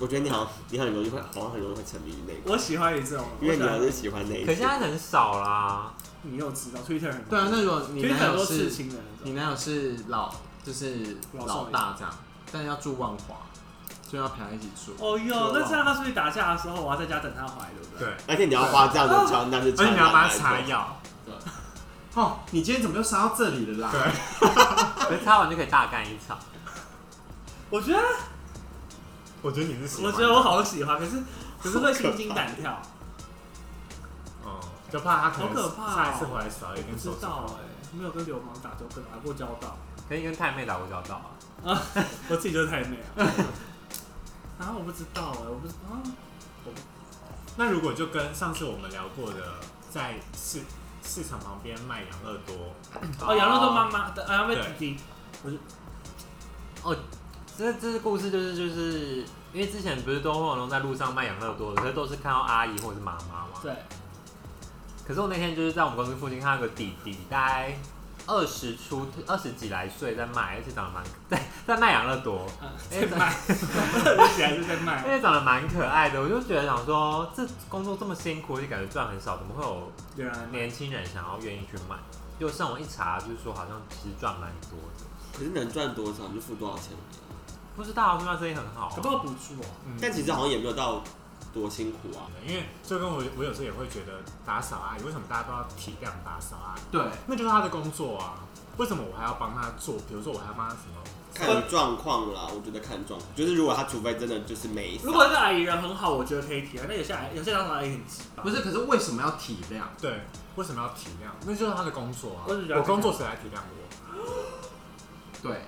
[SPEAKER 3] 我觉得你好像你很容易会，好像很容易会沉迷于那个，
[SPEAKER 1] 我喜欢你这种，
[SPEAKER 3] 因为你
[SPEAKER 1] 我喜
[SPEAKER 3] 还是
[SPEAKER 1] 欢
[SPEAKER 3] 喜欢那一
[SPEAKER 2] 可是现
[SPEAKER 3] 种。
[SPEAKER 2] 在很少啦。
[SPEAKER 1] 你又知道 Twitter 很
[SPEAKER 5] 对啊，那如果你
[SPEAKER 1] Twitter
[SPEAKER 5] 男
[SPEAKER 1] 很
[SPEAKER 5] 友
[SPEAKER 1] 多刺
[SPEAKER 5] 是
[SPEAKER 1] 青的那
[SPEAKER 5] 你
[SPEAKER 1] 种，
[SPEAKER 5] 男友是老就是
[SPEAKER 1] 老
[SPEAKER 5] 老
[SPEAKER 1] 少爷
[SPEAKER 5] 大这样，但要住万华，就要陪他一起住。
[SPEAKER 1] 哦哟，那这样他出去打架的时候，我要在家等他回来，对不对？
[SPEAKER 4] 对，
[SPEAKER 3] 而且你要花这样的钱，那是
[SPEAKER 4] 而且你要帮他擦药，
[SPEAKER 5] 哦，你今天怎么又杀到这里了啦？
[SPEAKER 2] 可是擦完就可以大干一场。
[SPEAKER 1] 我觉得，
[SPEAKER 4] 我觉得你是喜
[SPEAKER 1] 我
[SPEAKER 4] 欢
[SPEAKER 1] 觉得我好喜欢，可是可是会心惊胆 跳，
[SPEAKER 4] 哦，就怕他可能
[SPEAKER 1] 好可怕哦
[SPEAKER 4] 下一次回来少一
[SPEAKER 1] 不
[SPEAKER 4] 根
[SPEAKER 1] 知
[SPEAKER 4] 手指头。
[SPEAKER 1] 道哎、没有跟流氓打交道，打过交道，
[SPEAKER 2] 可以跟太妹打过交道啊。
[SPEAKER 1] 我自己就是太美 了。啊，我不知道哎、我不知啊，
[SPEAKER 5] 嗯
[SPEAKER 4] 那如果就跟上次我们聊过的，在市市场旁边卖养乐多，
[SPEAKER 1] 哦，羊肉都妈妈的，啊，被弟弟，
[SPEAKER 2] 哦，这这是故事，就是就是因为之前不是都会有那种在路上卖养乐多的，可是都是看到阿姨或者是妈妈嘛。
[SPEAKER 1] 对，
[SPEAKER 2] 可是我那天就是在我们公司附近看到有个弟弟，大概二十出二十几来岁在卖，而且长得蛮 在在卖养乐多，
[SPEAKER 1] 啊，
[SPEAKER 2] 哎
[SPEAKER 1] 在
[SPEAKER 2] 对
[SPEAKER 1] 卖，而且还是在
[SPEAKER 2] 而
[SPEAKER 1] 卖，
[SPEAKER 2] 且长得蛮可爱的。我就觉得想说，这工作这么辛苦，而且感觉赚很少，怎么会有
[SPEAKER 1] 原来
[SPEAKER 2] 年轻人想要愿意去买？就上网一查，就是说好像其实赚蛮多的。
[SPEAKER 3] 可是能赚多少你就付多少钱，啊
[SPEAKER 2] 不知道，现在生意很好、
[SPEAKER 1] 可不好补助哦，
[SPEAKER 4] 嗯
[SPEAKER 3] 但其实好像也没有到多辛苦啊。
[SPEAKER 4] 因为就跟我我有时候也会觉得打扫阿姨，为什么大家都要体谅打扫阿姨？
[SPEAKER 5] 对，
[SPEAKER 4] 那就是她的工作啊，为什么我还要帮她做？比如说我还要帮她什么？
[SPEAKER 3] 看状况啦，我觉得看状况，就是如果他除非真的就是没，
[SPEAKER 1] 如果那个阿姨人很好，我觉得可以体谅。那有些阿有些当场阿姨很鸡巴，
[SPEAKER 5] 不是，可是为什么要体谅？
[SPEAKER 4] 对，为什么要体谅？那就是她的工作啊。
[SPEAKER 1] 我只觉得
[SPEAKER 4] 我工作谁来体谅我？
[SPEAKER 5] 对，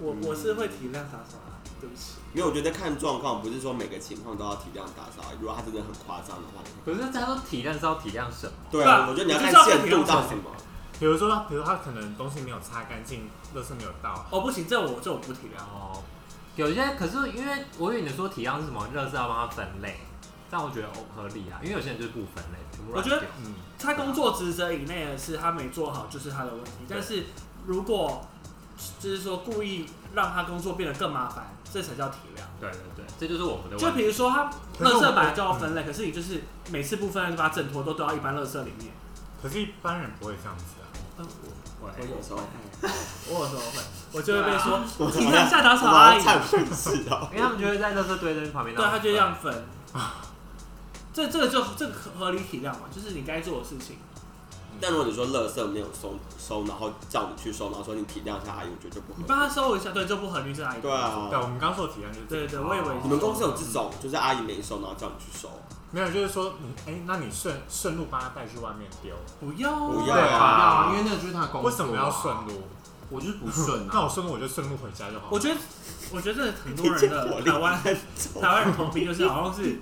[SPEAKER 1] 我我是会体谅打扫阿姨，对不起。
[SPEAKER 3] 因为我觉得看状况，不是说每个情况都要体谅打扫。啊如果他真的很夸张的话，你
[SPEAKER 2] 可是大家都体谅，知道体谅什么？
[SPEAKER 3] 对
[SPEAKER 1] 对啊
[SPEAKER 3] 啊，我觉得你要
[SPEAKER 1] 你就
[SPEAKER 3] 看
[SPEAKER 1] 是要看
[SPEAKER 3] 限
[SPEAKER 1] 体谅
[SPEAKER 3] 度
[SPEAKER 1] 打扫
[SPEAKER 3] 到什么。
[SPEAKER 4] 比如说，比如她可能东西没有擦干净，垃圾没有倒，
[SPEAKER 1] 哦，不行，这我这我不体谅。
[SPEAKER 2] 哦，有些可是因为我以为你说体谅是什么，热是要帮它分类，但我觉得哦合理啊，因为有些人就是不分类，全部
[SPEAKER 1] 我觉得
[SPEAKER 2] 乱丢
[SPEAKER 4] 嗯，
[SPEAKER 1] 他工作职责以内的事，他没做好就是他的问题。但是如果就是说故意让他工作变得更麻烦，这才叫体谅。
[SPEAKER 2] 对对对，这就是我们的
[SPEAKER 1] 就
[SPEAKER 2] 问题。
[SPEAKER 1] 比如说他
[SPEAKER 4] 可是
[SPEAKER 1] 垃
[SPEAKER 4] 我
[SPEAKER 1] 圾本来就要分类，可是你就是每次不分类就把它整坨都丢到一般垃圾里面。
[SPEAKER 4] 可是一般人不会这样子啊。
[SPEAKER 1] 呃
[SPEAKER 2] 我
[SPEAKER 3] 我哎有时候，
[SPEAKER 1] 我有时候会，我就会被说
[SPEAKER 3] 我
[SPEAKER 1] 体谅下打
[SPEAKER 3] 我
[SPEAKER 1] 扫
[SPEAKER 3] 好
[SPEAKER 1] 阿
[SPEAKER 3] 像
[SPEAKER 1] 姨，
[SPEAKER 3] 忏悔是哦
[SPEAKER 2] 因。为他们就会在垃圾堆的旁边，
[SPEAKER 1] 对，他就这样分。
[SPEAKER 3] 啊
[SPEAKER 1] 这这个就这个合理体谅嘛，就是你该做的事情。
[SPEAKER 3] 嗯但如果你说垃圾没有收收，然后叫你去收，然后说你体谅一下阿姨，我觉得就不合
[SPEAKER 1] 你
[SPEAKER 3] 理。
[SPEAKER 1] 帮他收一下，对，就不合理，是阿姨。
[SPEAKER 3] 对
[SPEAKER 4] 对，
[SPEAKER 3] 啊，
[SPEAKER 4] 我们刚说的体谅就
[SPEAKER 1] 哦
[SPEAKER 4] 是这
[SPEAKER 1] 对
[SPEAKER 4] 个
[SPEAKER 1] 对，我以为
[SPEAKER 3] 你们公司有这种，就是阿姨没收，然后叫你去收，
[SPEAKER 4] 没有，就是说你哎、那你顺顺路把它带去外面丢，
[SPEAKER 1] 不要啊
[SPEAKER 3] 不要
[SPEAKER 5] 对
[SPEAKER 3] 啊
[SPEAKER 5] 啊，因为那个就是他的工作、
[SPEAKER 4] 为什么要顺？路？哦
[SPEAKER 5] 我就是不顺
[SPEAKER 4] 那
[SPEAKER 5] 啊。
[SPEAKER 4] 我顺路我就顺路回家就好了。
[SPEAKER 1] 我觉得，我觉得很多人的台湾台湾人同频就是好像是，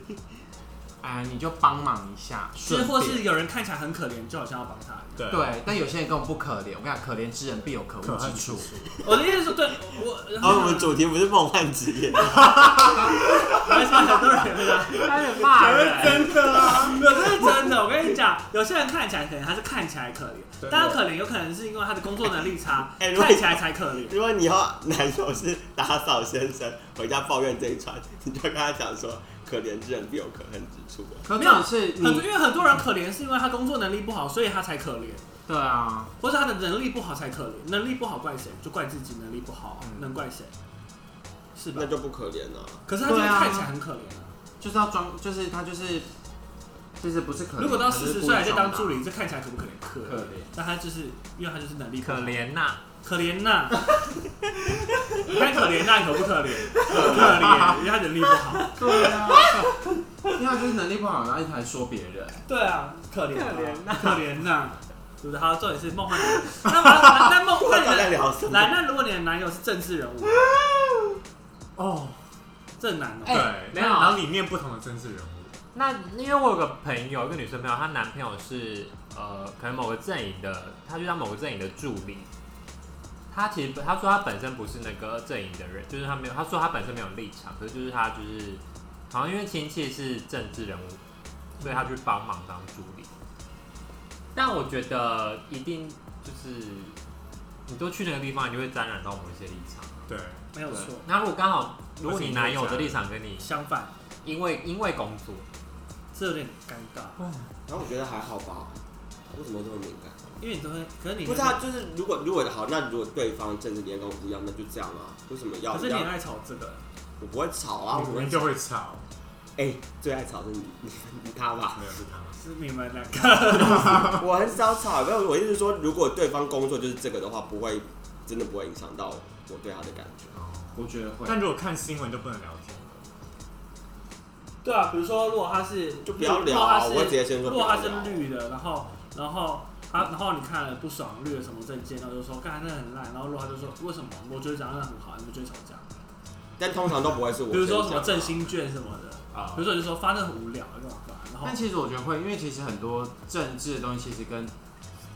[SPEAKER 5] 哎，你就帮忙一下，
[SPEAKER 1] 其实
[SPEAKER 5] 顺
[SPEAKER 1] 或
[SPEAKER 5] 便。
[SPEAKER 1] 是有人看起来很可怜，就好像要帮他一样。
[SPEAKER 4] 对
[SPEAKER 5] 对，但有些人根本不可怜。我跟你讲，可怜之人必有可
[SPEAKER 4] 可
[SPEAKER 5] 恶
[SPEAKER 4] 恨
[SPEAKER 5] 之
[SPEAKER 4] 之
[SPEAKER 5] 处。
[SPEAKER 4] 处。
[SPEAKER 1] 我的意思是，对哦我，
[SPEAKER 3] 然哦后我们主题不是梦幻职业，
[SPEAKER 1] 而且很多人对吧？
[SPEAKER 2] 开始骂人，
[SPEAKER 1] 真的啊，有这是真的。我跟你讲，有些人看起来可怜，他是看起来可怜，但他可怜有可能是因为他的工作能力差，
[SPEAKER 3] 哎
[SPEAKER 1] 看
[SPEAKER 3] 如果
[SPEAKER 1] 起来才可怜。
[SPEAKER 3] 如果你要男友是打扫先生回家抱怨这一串，你就跟他讲说，可怜之人必有可恨之处啊。
[SPEAKER 5] 可
[SPEAKER 1] 没
[SPEAKER 5] 是
[SPEAKER 1] 有
[SPEAKER 5] 重
[SPEAKER 1] 很多
[SPEAKER 5] 点是你，
[SPEAKER 1] 因为很多人可怜是因为他工作能力不好，所以他才可怜，
[SPEAKER 5] 对啊，
[SPEAKER 1] 或者他的能力不好才可怜。能力不好怪谁？就怪自己能力不好啊，能怪谁？是吧
[SPEAKER 3] 那？就不可怜了、
[SPEAKER 1] 可是他就是
[SPEAKER 5] 对啊
[SPEAKER 1] 看起来很可怜啊。
[SPEAKER 5] 就是要装，就是他就是，就是不是可怜。
[SPEAKER 1] 如果到
[SPEAKER 5] 他就
[SPEAKER 1] 四十
[SPEAKER 5] 是故意
[SPEAKER 1] 岁还在当
[SPEAKER 5] 装的
[SPEAKER 1] 助理，这看起来可不可怜？可
[SPEAKER 5] 可
[SPEAKER 1] 怜
[SPEAKER 5] 怜。
[SPEAKER 1] 但他就是因为他就是能力不
[SPEAKER 2] 可
[SPEAKER 1] 好
[SPEAKER 2] 怜呐，
[SPEAKER 1] 可怜呐，你看可怜呐，可不可怜？可怜，因为他能力不好。
[SPEAKER 5] 对啊，因为他就是能力不好，然后一直还说别人。
[SPEAKER 1] 对啊，可怜
[SPEAKER 2] 可怜
[SPEAKER 1] 呐，可怜呐。对不对？好，重点是梦幻。那么，那梦
[SPEAKER 3] 不
[SPEAKER 1] 幻
[SPEAKER 3] 知道在
[SPEAKER 1] 的
[SPEAKER 3] 聊什么
[SPEAKER 1] 来，。那如果你的男友是政治人物，
[SPEAKER 4] 哦，
[SPEAKER 1] 正男哦，
[SPEAKER 4] 对，
[SPEAKER 2] 没有
[SPEAKER 4] 然后里面不同的政治人物，
[SPEAKER 2] 那因为我有个朋友，一个女生朋友，她男朋友是呃，可能某个阵营的，她就当某个阵营的助理。她其实不她说她本身不是那个阵营的人，就是她没有，她说她本身没有立场，可是就是她就是好像因为亲戚是政治人物，所以她去帮忙当助理。但我觉得一定就是你都去那个地方，你就会沾染到某一些立场。
[SPEAKER 4] 对，
[SPEAKER 1] 没有错，
[SPEAKER 2] 那如果刚好如果你男友的立场跟你
[SPEAKER 1] 相反，
[SPEAKER 2] 因为因为工作，
[SPEAKER 1] 这有点尴尬，
[SPEAKER 3] 然后我觉得还好吧，为什么这么敏感？
[SPEAKER 1] 因为你都会，可是你
[SPEAKER 3] 不是啊，就是如果如果好，那如果对方政治理念跟我不一样，那就这样啊。为什么要
[SPEAKER 1] 可是你
[SPEAKER 3] 要
[SPEAKER 1] 很？爱吵这个，
[SPEAKER 3] 我不会吵啊，我
[SPEAKER 4] 你
[SPEAKER 3] 不
[SPEAKER 4] 哦们
[SPEAKER 3] 会
[SPEAKER 4] 就会吵。
[SPEAKER 3] 哎、最爱吵是你你 你他吧？
[SPEAKER 4] 没有是他。
[SPEAKER 1] 是你们两个，
[SPEAKER 3] 我很少吵，没有。我意思是说，如果对方工作就是这个的话，不会真的不会影响到我对他的感觉。
[SPEAKER 5] 我觉得会。
[SPEAKER 4] 但如果看新闻就不能聊天了，
[SPEAKER 1] 对啊，比如说如果他是
[SPEAKER 3] 就不要
[SPEAKER 1] 如
[SPEAKER 3] 聊
[SPEAKER 1] 果他
[SPEAKER 3] 啊！
[SPEAKER 1] 是
[SPEAKER 3] 我会直接先
[SPEAKER 1] 如
[SPEAKER 3] 说不
[SPEAKER 1] 果
[SPEAKER 3] 要
[SPEAKER 1] 他是
[SPEAKER 3] 聊。啊
[SPEAKER 1] 绿的，然后然后他然后你看了不爽，绿了什么证件，然后就说干那很烂，然后如果他就说为什么？我觉得讲的很好，你们就会吵架。
[SPEAKER 3] 但通常都不会是我先讲。
[SPEAKER 1] 比如说什么振兴券什么的，
[SPEAKER 2] 啊
[SPEAKER 1] 比如说你就说发那很无聊，干嘛干嘛，然后
[SPEAKER 5] 但其实我觉得会，因为其实很多政治的东西其实跟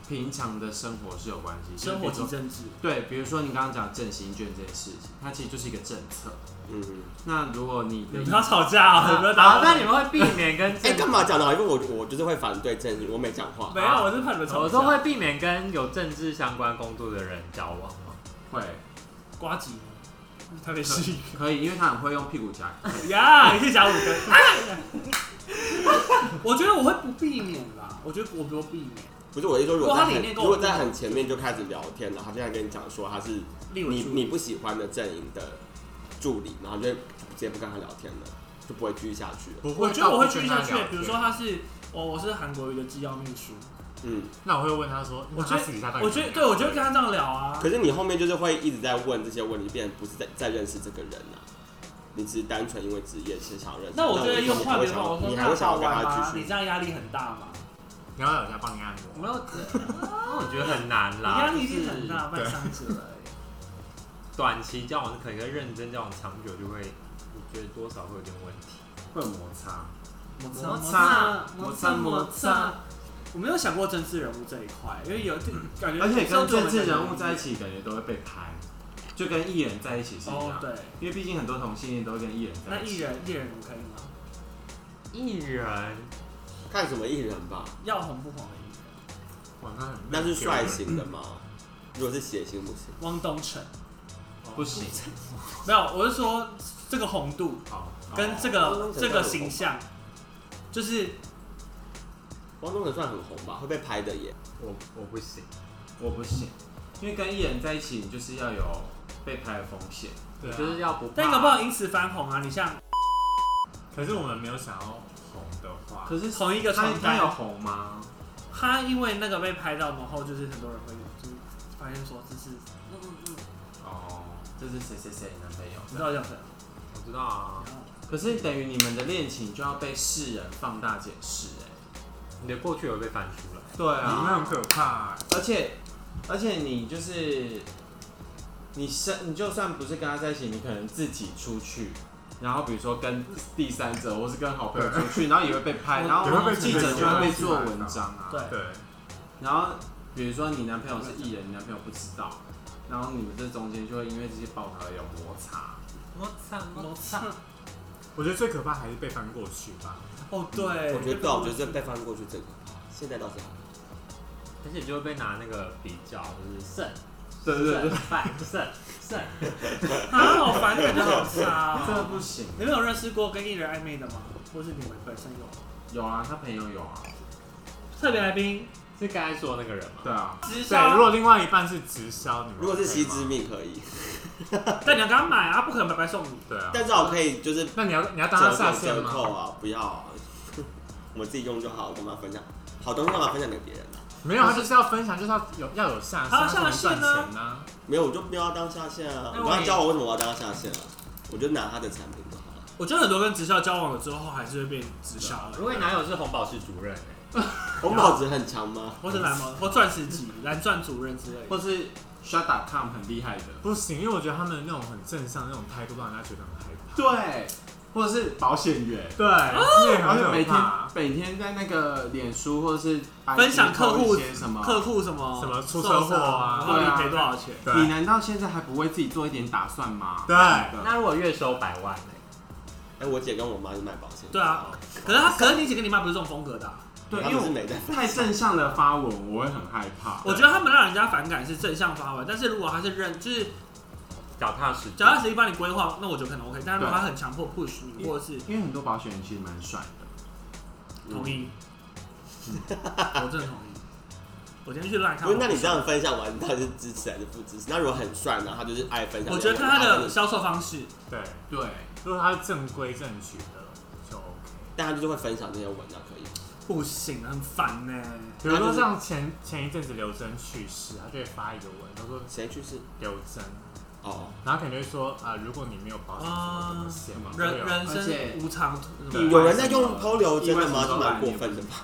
[SPEAKER 5] 平常的生活是有关系。就是
[SPEAKER 1] 生活
[SPEAKER 5] 比如
[SPEAKER 1] 及
[SPEAKER 5] 说
[SPEAKER 1] 政治，
[SPEAKER 5] 对，比如说你刚刚讲振兴券这件事情，它其实就是一个政策。
[SPEAKER 3] 嗯，
[SPEAKER 5] 那如果你
[SPEAKER 1] 你不要吵架 啊，你不要打
[SPEAKER 2] 好，
[SPEAKER 1] 我。
[SPEAKER 2] 那你们会避免跟
[SPEAKER 3] 哎、
[SPEAKER 2] 政
[SPEAKER 3] 干嘛讲的？因为我我就是会反对正义，我没讲话。
[SPEAKER 1] 没有，我是怕你们吵架。
[SPEAKER 2] 我都会避免跟有政治相关工作的人交往吗？
[SPEAKER 5] 会
[SPEAKER 1] 瓜 吉，特别是
[SPEAKER 5] 可以，因为他很会用屁股夹。
[SPEAKER 1] 呀，你可以讲五个。 我觉得我会不避免啦，我觉得我不避免。
[SPEAKER 3] 不是我一说，如
[SPEAKER 1] 如
[SPEAKER 3] 果
[SPEAKER 1] 果他
[SPEAKER 3] 在
[SPEAKER 1] 理
[SPEAKER 3] 很
[SPEAKER 1] 念跟
[SPEAKER 3] 如
[SPEAKER 1] 我
[SPEAKER 3] 果
[SPEAKER 1] 不
[SPEAKER 3] 在
[SPEAKER 1] 一样
[SPEAKER 3] 很前面就开始聊天了，他现在跟你讲说他是
[SPEAKER 1] 例如
[SPEAKER 3] 你你不喜欢的阵营的助理，然后就直接不跟他聊天了，就不会继续下去了。
[SPEAKER 4] 不
[SPEAKER 1] 我
[SPEAKER 4] 会
[SPEAKER 1] 觉得
[SPEAKER 4] 到
[SPEAKER 1] 我
[SPEAKER 4] 不
[SPEAKER 1] 会
[SPEAKER 4] 跟他聊天。
[SPEAKER 1] 继续下去。比如说他是哦我我是韩国瑜的机要秘书，
[SPEAKER 3] 嗯，
[SPEAKER 4] 那我会问他说，
[SPEAKER 1] 我
[SPEAKER 4] 那
[SPEAKER 1] 觉
[SPEAKER 4] 他
[SPEAKER 1] 得
[SPEAKER 4] 私底下到底
[SPEAKER 1] 我觉得
[SPEAKER 4] 怎么
[SPEAKER 1] 对
[SPEAKER 4] 样
[SPEAKER 1] 我就会跟他这样聊啊
[SPEAKER 3] 可。是你后面就是会一直在问这些问题，变成不是在在认识这个人啊，你只是单纯因为职业是想认识。
[SPEAKER 1] 那我
[SPEAKER 3] 那
[SPEAKER 1] 觉得
[SPEAKER 3] 你
[SPEAKER 1] 又
[SPEAKER 3] 你
[SPEAKER 1] 换
[SPEAKER 3] 还会
[SPEAKER 1] 别的
[SPEAKER 3] 想
[SPEAKER 1] 话，我
[SPEAKER 3] 要，
[SPEAKER 1] 说
[SPEAKER 3] 你还
[SPEAKER 1] 那
[SPEAKER 3] 会想
[SPEAKER 1] 好
[SPEAKER 3] 要跟
[SPEAKER 1] 玩吗
[SPEAKER 3] 他？继
[SPEAKER 1] 你
[SPEAKER 3] 续？
[SPEAKER 1] 这样压力很大吗？
[SPEAKER 4] 你要有人家帮你按摩，
[SPEAKER 2] 没有，我觉得很难
[SPEAKER 1] 你
[SPEAKER 2] 啦。
[SPEAKER 1] 压力一定很大，
[SPEAKER 4] 对
[SPEAKER 1] 半
[SPEAKER 4] 啊
[SPEAKER 1] 伤子了。
[SPEAKER 2] 短期交往是可以，可是认真交往长久就会，我觉得多少会有点问题。
[SPEAKER 5] 会有摩擦，
[SPEAKER 1] 摩
[SPEAKER 5] 摩
[SPEAKER 1] 擦
[SPEAKER 5] 擦
[SPEAKER 1] 摩擦摩
[SPEAKER 5] 摩
[SPEAKER 1] 擦
[SPEAKER 5] 擦。
[SPEAKER 1] 我没有想过政治人物这一块，因为有就感觉
[SPEAKER 5] 而且跟政治人物在
[SPEAKER 1] 在
[SPEAKER 5] 一起，感觉都会被拍，就跟艺人在一起是一
[SPEAKER 4] 啊
[SPEAKER 1] 哦
[SPEAKER 5] 样。
[SPEAKER 1] 对，
[SPEAKER 5] 因为毕竟很多同性恋都会跟艺人
[SPEAKER 1] 那
[SPEAKER 5] 在一
[SPEAKER 1] 艺
[SPEAKER 5] 起。
[SPEAKER 1] 人艺人我可以吗？
[SPEAKER 2] 艺人
[SPEAKER 3] 看什么艺人吧？
[SPEAKER 1] 要红不红的艺人，
[SPEAKER 4] 哇，那很
[SPEAKER 3] 那
[SPEAKER 1] 嗯
[SPEAKER 3] 是帅型的吗？如果是血型不行，
[SPEAKER 1] 汪东城
[SPEAKER 5] 不行，
[SPEAKER 1] 没有，我是说这个红度
[SPEAKER 5] 好，
[SPEAKER 1] 跟这
[SPEAKER 3] 汪
[SPEAKER 1] 个
[SPEAKER 3] 东城
[SPEAKER 1] 这
[SPEAKER 3] 算
[SPEAKER 1] 个
[SPEAKER 3] 很
[SPEAKER 1] 形
[SPEAKER 3] 红
[SPEAKER 1] 象，就是
[SPEAKER 3] 汪东城算很红吧？会被拍的耶。
[SPEAKER 2] 我我不行，
[SPEAKER 5] 我不行，因为跟艺人在一起，你就是要有被拍的风险。
[SPEAKER 4] 对啊
[SPEAKER 2] 就是要不怕。
[SPEAKER 1] 但搞不好因此翻红啊！你像
[SPEAKER 4] 可是我们没有想要红的话，
[SPEAKER 5] 可是
[SPEAKER 1] 同一个
[SPEAKER 5] 他
[SPEAKER 1] 床
[SPEAKER 5] 他有
[SPEAKER 1] 单，
[SPEAKER 5] 红吗？
[SPEAKER 1] 他因为那个被拍到，然后就是很多人会就是发现说这是嗯嗯嗯，
[SPEAKER 5] 哦，这是谁谁谁男朋友？
[SPEAKER 1] 你知道叫谁？
[SPEAKER 2] 我知道啊，
[SPEAKER 5] 可是等于你们的恋情就要被世人放大解释哎、
[SPEAKER 2] 你的过去有被翻出来。
[SPEAKER 5] 对
[SPEAKER 4] 你们
[SPEAKER 5] 啊，
[SPEAKER 4] 很可怕欸。
[SPEAKER 5] 而且而且你就是你生你就算不是跟他在一起，你可能自己出去。然后比如说跟第三者，或是跟好朋友出 去，然后也会被拍，
[SPEAKER 1] 我
[SPEAKER 5] 然
[SPEAKER 4] 也会
[SPEAKER 5] 后
[SPEAKER 4] 被
[SPEAKER 5] 记者就会被做文章啊。
[SPEAKER 1] 对，
[SPEAKER 4] 对，
[SPEAKER 5] 然后比如说你男朋友是艺人，你男朋友不知道，然后你们这中间就会因为这些报道而有摩擦。
[SPEAKER 2] 我操！
[SPEAKER 1] 罗灿
[SPEAKER 4] 我觉得最可怕还是被翻过去吧。
[SPEAKER 1] 哦对，
[SPEAKER 3] 我觉得对啊，我觉得这被翻过去最可怕。现在倒是还好
[SPEAKER 2] 而且你就会被拿那个比较，就是胜
[SPEAKER 5] 对对对，
[SPEAKER 2] 胜败胜胜。
[SPEAKER 1] 啊好烦，感觉好差
[SPEAKER 5] 这个
[SPEAKER 1] 哦。
[SPEAKER 5] 不行。
[SPEAKER 1] 你们有认识过跟艺人暧昧的吗？或是你们本身有？
[SPEAKER 5] 有啊，他朋友有啊。
[SPEAKER 1] 特别来宾，
[SPEAKER 2] 是刚才说的那个人吗？
[SPEAKER 5] 对啊，
[SPEAKER 1] 直
[SPEAKER 4] 对，
[SPEAKER 1] 销
[SPEAKER 4] 如，果另外一半是直销，你们
[SPEAKER 3] 如果是
[SPEAKER 4] 可以
[SPEAKER 3] 西
[SPEAKER 4] 吗
[SPEAKER 3] 之，命可以，
[SPEAKER 1] 但你要给他买啊，不可能白白送你。
[SPEAKER 4] 对啊，
[SPEAKER 3] 但至少可以就是
[SPEAKER 4] 那你要你要当他
[SPEAKER 3] 折
[SPEAKER 4] 下
[SPEAKER 3] 扣
[SPEAKER 4] 线
[SPEAKER 3] 折扣
[SPEAKER 4] 吗？
[SPEAKER 3] 啊，不要、啊， 我们自己用就好，干嘛分享？好东西干嘛分享给别人啊？
[SPEAKER 4] 没有，他就是要分享，就是要有要有下线，
[SPEAKER 1] 他要下
[SPEAKER 4] 他才能
[SPEAKER 1] 线
[SPEAKER 4] 赚
[SPEAKER 1] 啊
[SPEAKER 4] 钱呐。
[SPEAKER 3] 没有，我就不要当下线啊！
[SPEAKER 1] 那
[SPEAKER 3] 我
[SPEAKER 1] 我也
[SPEAKER 3] 跟他交往，为什么我要当他下线啊？我就拿他的产品就好了。
[SPEAKER 1] 我觉得很多跟直销交往了之后，还是会变直销
[SPEAKER 2] 如果
[SPEAKER 1] 的。
[SPEAKER 2] 你男友是红宝石主任、欸，
[SPEAKER 3] 红帽子很强吗？
[SPEAKER 1] 或是蓝毛，或钻石级、蓝钻主任之类
[SPEAKER 5] 或
[SPEAKER 1] 的。
[SPEAKER 5] 是 Shut.com 很厉害的。
[SPEAKER 4] 不行，因为我觉得他们那种很正向那种态度，让人家觉得很害怕。
[SPEAKER 5] 对，或者是保险员。
[SPEAKER 4] 对，那也
[SPEAKER 5] 而且每
[SPEAKER 4] 很可
[SPEAKER 5] 天
[SPEAKER 4] 怕。啊
[SPEAKER 5] 每天在那个脸书或者是 IG
[SPEAKER 1] 分享客户
[SPEAKER 5] 投一些什么
[SPEAKER 1] 客户什么
[SPEAKER 4] 什么出车祸啊
[SPEAKER 1] 受伤然后你赔多
[SPEAKER 5] 对啊
[SPEAKER 1] 少钱？
[SPEAKER 5] 你
[SPEAKER 4] 对
[SPEAKER 5] 难道现在还不为自己做一点打算吗？
[SPEAKER 4] 对
[SPEAKER 2] 那如果月收百万、欸，
[SPEAKER 3] 哎、我姐跟我妈是卖保险，
[SPEAKER 1] 对啊，可是他，可是你姐跟你妈不是这种风格的啊。
[SPEAKER 5] 对，
[SPEAKER 3] 他
[SPEAKER 5] 因为
[SPEAKER 3] 们是
[SPEAKER 5] 我
[SPEAKER 3] 没在。
[SPEAKER 5] 太正向的发文，我会很害怕。
[SPEAKER 1] 我觉得他们让人家反感是正向发文，但是如果他是认，就是
[SPEAKER 2] 脚踏实地。
[SPEAKER 1] 脚踏实地帮你规划，那我觉得可能 OK。但是如果
[SPEAKER 5] 对
[SPEAKER 1] 他很强迫 push 你，或者是
[SPEAKER 5] 因为很多保险员其实蛮帅的，
[SPEAKER 3] 嗯
[SPEAKER 1] 同意， 我真的同意。我今天去乱看
[SPEAKER 3] 不
[SPEAKER 1] 网
[SPEAKER 3] 是，那
[SPEAKER 1] 站，
[SPEAKER 3] 你这样分享完，你到底是支持还是不支持？那如果很帅呢，他就是爱分享。
[SPEAKER 1] 我觉得看他的
[SPEAKER 3] 就是
[SPEAKER 1] 销售方式，
[SPEAKER 4] 对，
[SPEAKER 5] 对，
[SPEAKER 4] 如果他是正规正矩的就 OK。
[SPEAKER 3] 但他就是会分享这些文章可以。
[SPEAKER 1] 不行，很烦呢、
[SPEAKER 4] 比如说像前前一阵子刘真去世，他就会发一个文，他说
[SPEAKER 3] 谁去世？
[SPEAKER 4] 刘真，
[SPEAKER 3] 哦，
[SPEAKER 4] 然后可能就会说啊、如果你没有保险什么怎么险嘛，啊就会
[SPEAKER 1] 啊人
[SPEAKER 4] 有
[SPEAKER 1] 人
[SPEAKER 5] 而且
[SPEAKER 1] 生无常，
[SPEAKER 5] 对
[SPEAKER 3] 有人在用抛流真的
[SPEAKER 5] 意外
[SPEAKER 3] 吗？这
[SPEAKER 5] 什么
[SPEAKER 3] 蛮过分的吧？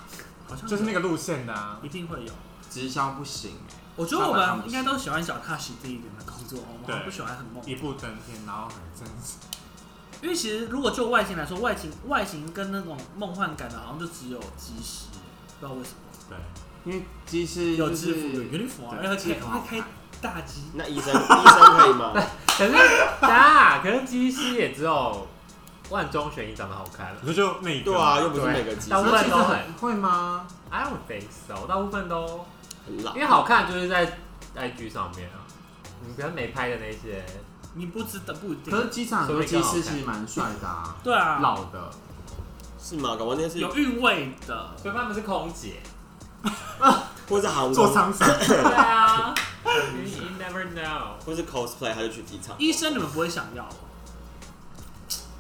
[SPEAKER 1] 好像
[SPEAKER 4] 就是那
[SPEAKER 1] 个
[SPEAKER 4] 个路线的、啊。
[SPEAKER 1] 一定会有。
[SPEAKER 5] 直销不行哎、
[SPEAKER 1] 我觉得我们应该都喜欢脚踏实地一点的工作，我们
[SPEAKER 4] 对
[SPEAKER 1] 好不喜欢很梦。
[SPEAKER 4] 一步登天，然后很真实。
[SPEAKER 1] 因为其实如果就外形来说，外形外形跟那种梦幻感的，好像就只有技师，不知道为什么
[SPEAKER 4] 对，
[SPEAKER 5] 因为技师
[SPEAKER 1] 有
[SPEAKER 5] 就
[SPEAKER 1] 制
[SPEAKER 5] 是
[SPEAKER 1] 服有有 uniform，
[SPEAKER 5] 对
[SPEAKER 1] 而且
[SPEAKER 5] 制服
[SPEAKER 1] 会开大机。
[SPEAKER 3] 那医生医生可以吗？
[SPEAKER 2] 可是，啊，可是机师也只有万中选一长得好看了，
[SPEAKER 4] 可是就那一个
[SPEAKER 3] 对啊，又不是每个技师
[SPEAKER 2] 大部分都很
[SPEAKER 5] 会吗？
[SPEAKER 2] ，I don't think so，大部分都
[SPEAKER 3] 很老
[SPEAKER 2] 因。为好看就是在 IG 上面啊，你不要没拍的那些，
[SPEAKER 1] 你不知道不一定
[SPEAKER 5] 可。是机场很多技师其实蛮帅的啊，
[SPEAKER 1] 对啊，
[SPEAKER 5] 老的，
[SPEAKER 3] 是吗？搞完那是
[SPEAKER 1] 有韵味的。
[SPEAKER 2] 所以他们是空姐。
[SPEAKER 3] 或是航
[SPEAKER 4] 做
[SPEAKER 3] 空，
[SPEAKER 4] 苍蝇，
[SPEAKER 2] 对啊，you you never know。
[SPEAKER 3] 或是 cosplay，他就去机场。
[SPEAKER 1] 医生你们不会想要哦，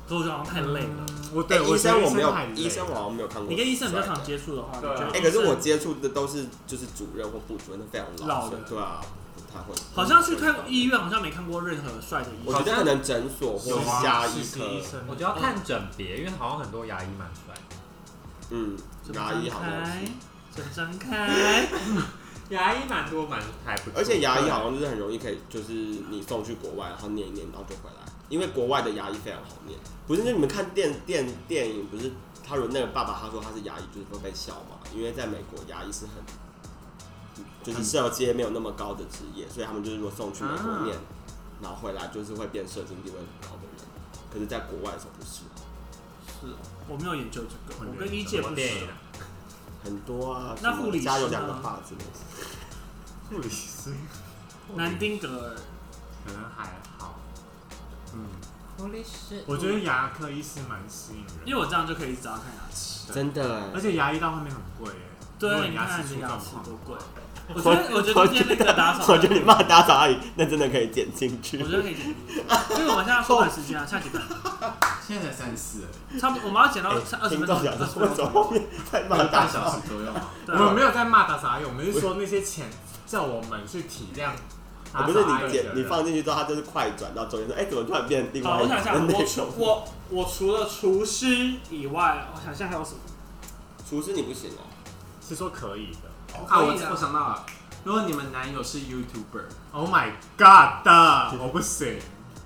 [SPEAKER 1] 可我觉得好像太累了。
[SPEAKER 4] 嗯我
[SPEAKER 3] 哎
[SPEAKER 4] 对，我
[SPEAKER 3] 医
[SPEAKER 4] 觉
[SPEAKER 3] 生
[SPEAKER 4] 得
[SPEAKER 3] 我没有
[SPEAKER 4] 太累，了
[SPEAKER 3] 医生我好像没有看过。
[SPEAKER 1] 你跟医生比较常
[SPEAKER 3] 接。
[SPEAKER 1] 接触的话，你
[SPEAKER 5] 对啊
[SPEAKER 1] 觉得医
[SPEAKER 3] 哎，
[SPEAKER 1] 生
[SPEAKER 3] 可是我接触的都是就是主任或部主任，都非常
[SPEAKER 1] 老
[SPEAKER 3] 老
[SPEAKER 1] 的
[SPEAKER 3] 所以对啊，不太会。
[SPEAKER 1] 好像去看医，院，好像没看过任何帅的医
[SPEAKER 3] 我
[SPEAKER 1] 生
[SPEAKER 3] 觉。得可能诊所或
[SPEAKER 4] 有啊
[SPEAKER 3] 加
[SPEAKER 4] 实
[SPEAKER 3] 医
[SPEAKER 4] 习
[SPEAKER 3] 科，
[SPEAKER 4] 医生，
[SPEAKER 2] 我就要看整别，因为好像很多牙医蛮帅的。
[SPEAKER 3] 嗯，
[SPEAKER 1] 怎么
[SPEAKER 3] 牙医好像
[SPEAKER 1] 开
[SPEAKER 3] 是，，
[SPEAKER 1] 怎么张开？
[SPEAKER 2] 牙医蛮多蛮还不错，
[SPEAKER 3] 而且牙医好像就是很容易可以，就是你送去国外，然后念一念，然后就回来，因为国外的牙医非常好念。不是，就你们看电电电影，不是他如果那个爸爸他说他是牙医，就是会被笑嘛，因为在美国牙医是很。就是社阶没有那么高的职业，所以他们就是如果送去美国念，然后回来就是会变社经地位很高的人。可是，在国外的时候不是，
[SPEAKER 1] 是哦，我没有研究这个，
[SPEAKER 4] 我没
[SPEAKER 1] 我
[SPEAKER 4] 有
[SPEAKER 1] 跟医
[SPEAKER 2] 什
[SPEAKER 1] 界
[SPEAKER 2] 么
[SPEAKER 1] 不
[SPEAKER 2] 电
[SPEAKER 1] 熟
[SPEAKER 2] 影。啊？
[SPEAKER 3] 很多啊。
[SPEAKER 1] 那
[SPEAKER 3] 什么
[SPEAKER 1] 护理师
[SPEAKER 3] 家有两个
[SPEAKER 1] 呢
[SPEAKER 3] 爸之类的。
[SPEAKER 4] 护理师
[SPEAKER 1] 南丁格尔，
[SPEAKER 4] 可能还好。
[SPEAKER 5] 嗯，
[SPEAKER 4] 我觉得牙科医师蛮吸引人，
[SPEAKER 1] 因为我这样就可以一直找他看啊牙齿。
[SPEAKER 3] 真的
[SPEAKER 4] 而且牙医到后面很贵耶，如果
[SPEAKER 1] 对，
[SPEAKER 4] 你
[SPEAKER 1] 你
[SPEAKER 4] 牙
[SPEAKER 1] 看
[SPEAKER 4] 齿
[SPEAKER 1] 你的
[SPEAKER 4] 出
[SPEAKER 1] 牙
[SPEAKER 4] 状
[SPEAKER 1] 齿
[SPEAKER 4] 况，
[SPEAKER 1] 多贵。我觉得，我觉得
[SPEAKER 3] 我觉
[SPEAKER 1] 今
[SPEAKER 3] 得
[SPEAKER 1] 天那个 打扫，
[SPEAKER 3] 我觉得你骂打扫阿姨，那真的可以剪进去
[SPEAKER 1] 我。觉得可以剪辑，因为我们现在缩短时间啊，下几分，
[SPEAKER 5] 现在才三四而已，
[SPEAKER 1] 差不多我们要剪到
[SPEAKER 3] 哎
[SPEAKER 1] 二十
[SPEAKER 3] 听
[SPEAKER 1] 分
[SPEAKER 3] 众
[SPEAKER 1] 钟，
[SPEAKER 3] 想
[SPEAKER 1] 二十
[SPEAKER 3] 说，为
[SPEAKER 1] 分
[SPEAKER 3] 什么
[SPEAKER 1] 钟。
[SPEAKER 3] 后面在骂
[SPEAKER 5] 半
[SPEAKER 3] 打
[SPEAKER 5] 小
[SPEAKER 3] 扫？
[SPEAKER 5] 时左右嘛。
[SPEAKER 1] 对
[SPEAKER 4] 我
[SPEAKER 1] 啊
[SPEAKER 4] 们没有在骂打扫阿姨，我们是说那些钱叫我们去体谅
[SPEAKER 3] 我
[SPEAKER 4] 打
[SPEAKER 3] 不
[SPEAKER 4] 扫
[SPEAKER 3] 是
[SPEAKER 4] 阿
[SPEAKER 3] 你
[SPEAKER 4] 姨的
[SPEAKER 3] 剪，
[SPEAKER 4] 人。
[SPEAKER 3] 你放进去之后，它就是快转到中间说，哎，怎么突然变另
[SPEAKER 1] 好，
[SPEAKER 3] 外一
[SPEAKER 1] 我
[SPEAKER 3] 个
[SPEAKER 1] 想想，
[SPEAKER 3] 内
[SPEAKER 1] 我除
[SPEAKER 3] 容？
[SPEAKER 1] 我我除了厨师以外，我想想还有什么？
[SPEAKER 3] 厨师你不行哦，
[SPEAKER 4] 是说可以的
[SPEAKER 5] 啊，我
[SPEAKER 1] 可以啊
[SPEAKER 5] 我想到了，如果你们男友是 YouTuber，
[SPEAKER 4] ，Oh my God 的，我不行，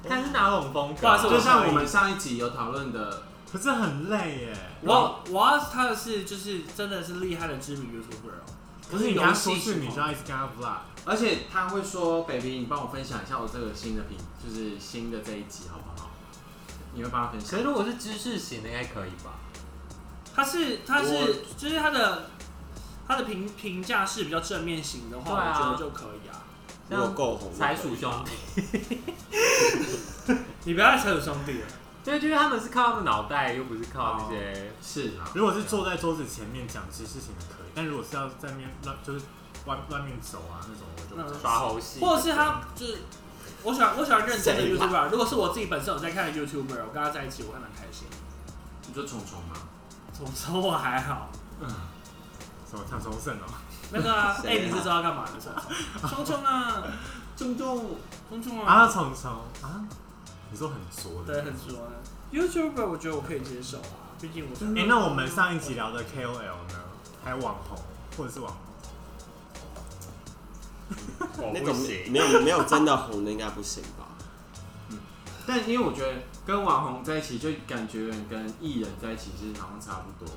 [SPEAKER 2] 看是哪种风
[SPEAKER 1] 不
[SPEAKER 2] 格
[SPEAKER 1] 好意
[SPEAKER 2] 啊？
[SPEAKER 1] 思
[SPEAKER 5] 就像我
[SPEAKER 1] 可
[SPEAKER 5] 们
[SPEAKER 1] 以
[SPEAKER 5] 上一集有讨论的，
[SPEAKER 4] 可是很累耶。
[SPEAKER 1] 我我要他的是就是真的是厉害的知名 YouTuber 哦，
[SPEAKER 4] 可是你跟
[SPEAKER 1] 游
[SPEAKER 4] 他
[SPEAKER 1] 戏
[SPEAKER 4] 出去，你
[SPEAKER 1] 时
[SPEAKER 4] 就
[SPEAKER 1] 候
[SPEAKER 4] 要一直跟他 vlog，
[SPEAKER 5] 而且他会说：“baby，你帮我分享一下我这个新的品，就是新的这一集好不好？”你会帮他分
[SPEAKER 2] 可
[SPEAKER 5] 享
[SPEAKER 2] 是？如果是知识型的，应该可以吧？
[SPEAKER 1] 他是他是
[SPEAKER 3] 我
[SPEAKER 1] 就是他的他的评评价是比较正面型的话，
[SPEAKER 2] 对啊
[SPEAKER 1] 我觉得就可以啊。
[SPEAKER 3] 如果够红，
[SPEAKER 2] 财鼠兄弟，
[SPEAKER 1] 你不要再扯有兄弟了，
[SPEAKER 2] 对，就是他们是靠他们脑袋，又不是靠那些。
[SPEAKER 5] 是啊，
[SPEAKER 4] 如果是坐在桌子前面讲些事情的可以，但如果是要在面乱就是外外面走啊那种，我就不
[SPEAKER 1] 嗯
[SPEAKER 2] 耍猴戏，
[SPEAKER 1] 或者是他就是我喜欢我喜欢认真的
[SPEAKER 3] 谁嘛
[SPEAKER 1] YouTuber，如果是我自己本身有在看的 YouTuber，我跟他在一起我会蛮开心的。
[SPEAKER 5] 你说虫虫吗？
[SPEAKER 1] 总之我还 好。
[SPEAKER 4] 嗯什么唐崇盛哦，
[SPEAKER 1] 那个啊哎、
[SPEAKER 3] 谁啊
[SPEAKER 1] 你是知道干嘛的？冲冲冲啊，
[SPEAKER 5] 虫虫，
[SPEAKER 1] 冲冲啊！
[SPEAKER 4] 啊虫虫啊，你说很拙的，
[SPEAKER 1] 对，很说 YouTuber，我觉得我可以接受啊，毕竟我是。
[SPEAKER 4] 哎、那我们上一集聊的 KOL 呢，还有网红或者是网红，
[SPEAKER 2] 我
[SPEAKER 3] 那
[SPEAKER 2] 不
[SPEAKER 3] 种
[SPEAKER 2] 行。
[SPEAKER 3] 没有没有真的红的应该不行吧？
[SPEAKER 5] 但因为我觉得跟网红在一起，就感觉跟艺人在一起其实好像差不多。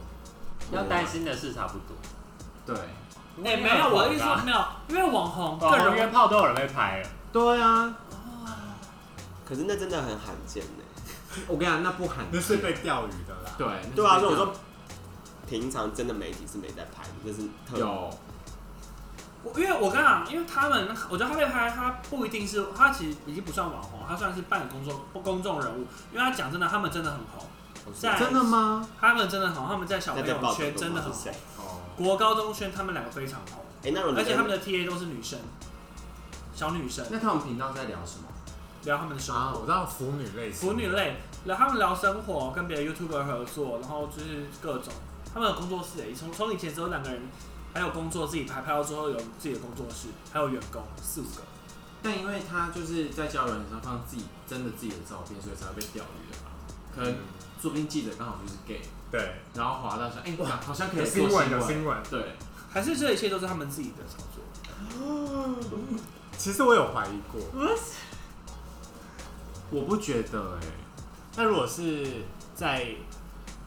[SPEAKER 2] 要担心的是差不多。
[SPEAKER 5] 对，
[SPEAKER 1] 哎、没有，我的意思说没有，因为网
[SPEAKER 4] 哦
[SPEAKER 1] 红个
[SPEAKER 2] 网红
[SPEAKER 1] 人
[SPEAKER 2] 约炮都有人会拍了，
[SPEAKER 5] 对啊，
[SPEAKER 3] 可是那真的很罕见呢。
[SPEAKER 5] 我跟你讲，那不罕
[SPEAKER 4] 那是
[SPEAKER 5] 见。
[SPEAKER 4] 被钓鱼的啦。
[SPEAKER 5] 对，那是
[SPEAKER 3] 对啊，
[SPEAKER 5] 被
[SPEAKER 3] 所以我
[SPEAKER 5] 钓
[SPEAKER 3] 说平常真的媒体是没在拍的，这是特
[SPEAKER 5] 有，
[SPEAKER 1] 我因为我刚刚，因为他们，我觉得他被拍，他不一定是，他其实已经不算网红，他算是半公众公众人物。因为他讲真的，他们真的很红，在
[SPEAKER 5] 真的吗？
[SPEAKER 1] 他们真的很红，他们在小朋
[SPEAKER 3] 在被
[SPEAKER 1] 友
[SPEAKER 3] 报道
[SPEAKER 1] 圈真的很
[SPEAKER 3] 是
[SPEAKER 1] 红
[SPEAKER 3] 谁？，
[SPEAKER 4] 哦，
[SPEAKER 1] 国高中圈他们两个非常红，
[SPEAKER 3] 哎，那如果
[SPEAKER 1] 而
[SPEAKER 3] 你
[SPEAKER 1] 且他们
[SPEAKER 3] 跟
[SPEAKER 1] 的 TA 都是女生，小女生
[SPEAKER 5] 嗯那他们频道在聊什么？
[SPEAKER 1] 聊他们的生
[SPEAKER 4] 啊，
[SPEAKER 1] 活，
[SPEAKER 4] 我知道腐女类型，
[SPEAKER 1] 腐女类。聊他们聊生活，跟别的 YouTuber 合作，然后就是各种他们有工作室诶，从从以前只有两个人，还有工作自己拍，拍到之后有自己的工作室，还有员工四五个。
[SPEAKER 5] 但因为他就是在交友软件上放自己真的自己的照片，所以才会被钓鱼的吧？可
[SPEAKER 4] 嗯
[SPEAKER 5] 能说不定记者刚好就是 gay，
[SPEAKER 4] 对，
[SPEAKER 5] 然后滑到说，哎、好像可以
[SPEAKER 4] 有
[SPEAKER 5] 做
[SPEAKER 4] 新闻有新闻。
[SPEAKER 5] 对，
[SPEAKER 1] 还是这一切都是他们自己的操作。
[SPEAKER 4] 其实我有怀疑过，
[SPEAKER 5] 我不觉得哎、
[SPEAKER 4] 欸那如果是在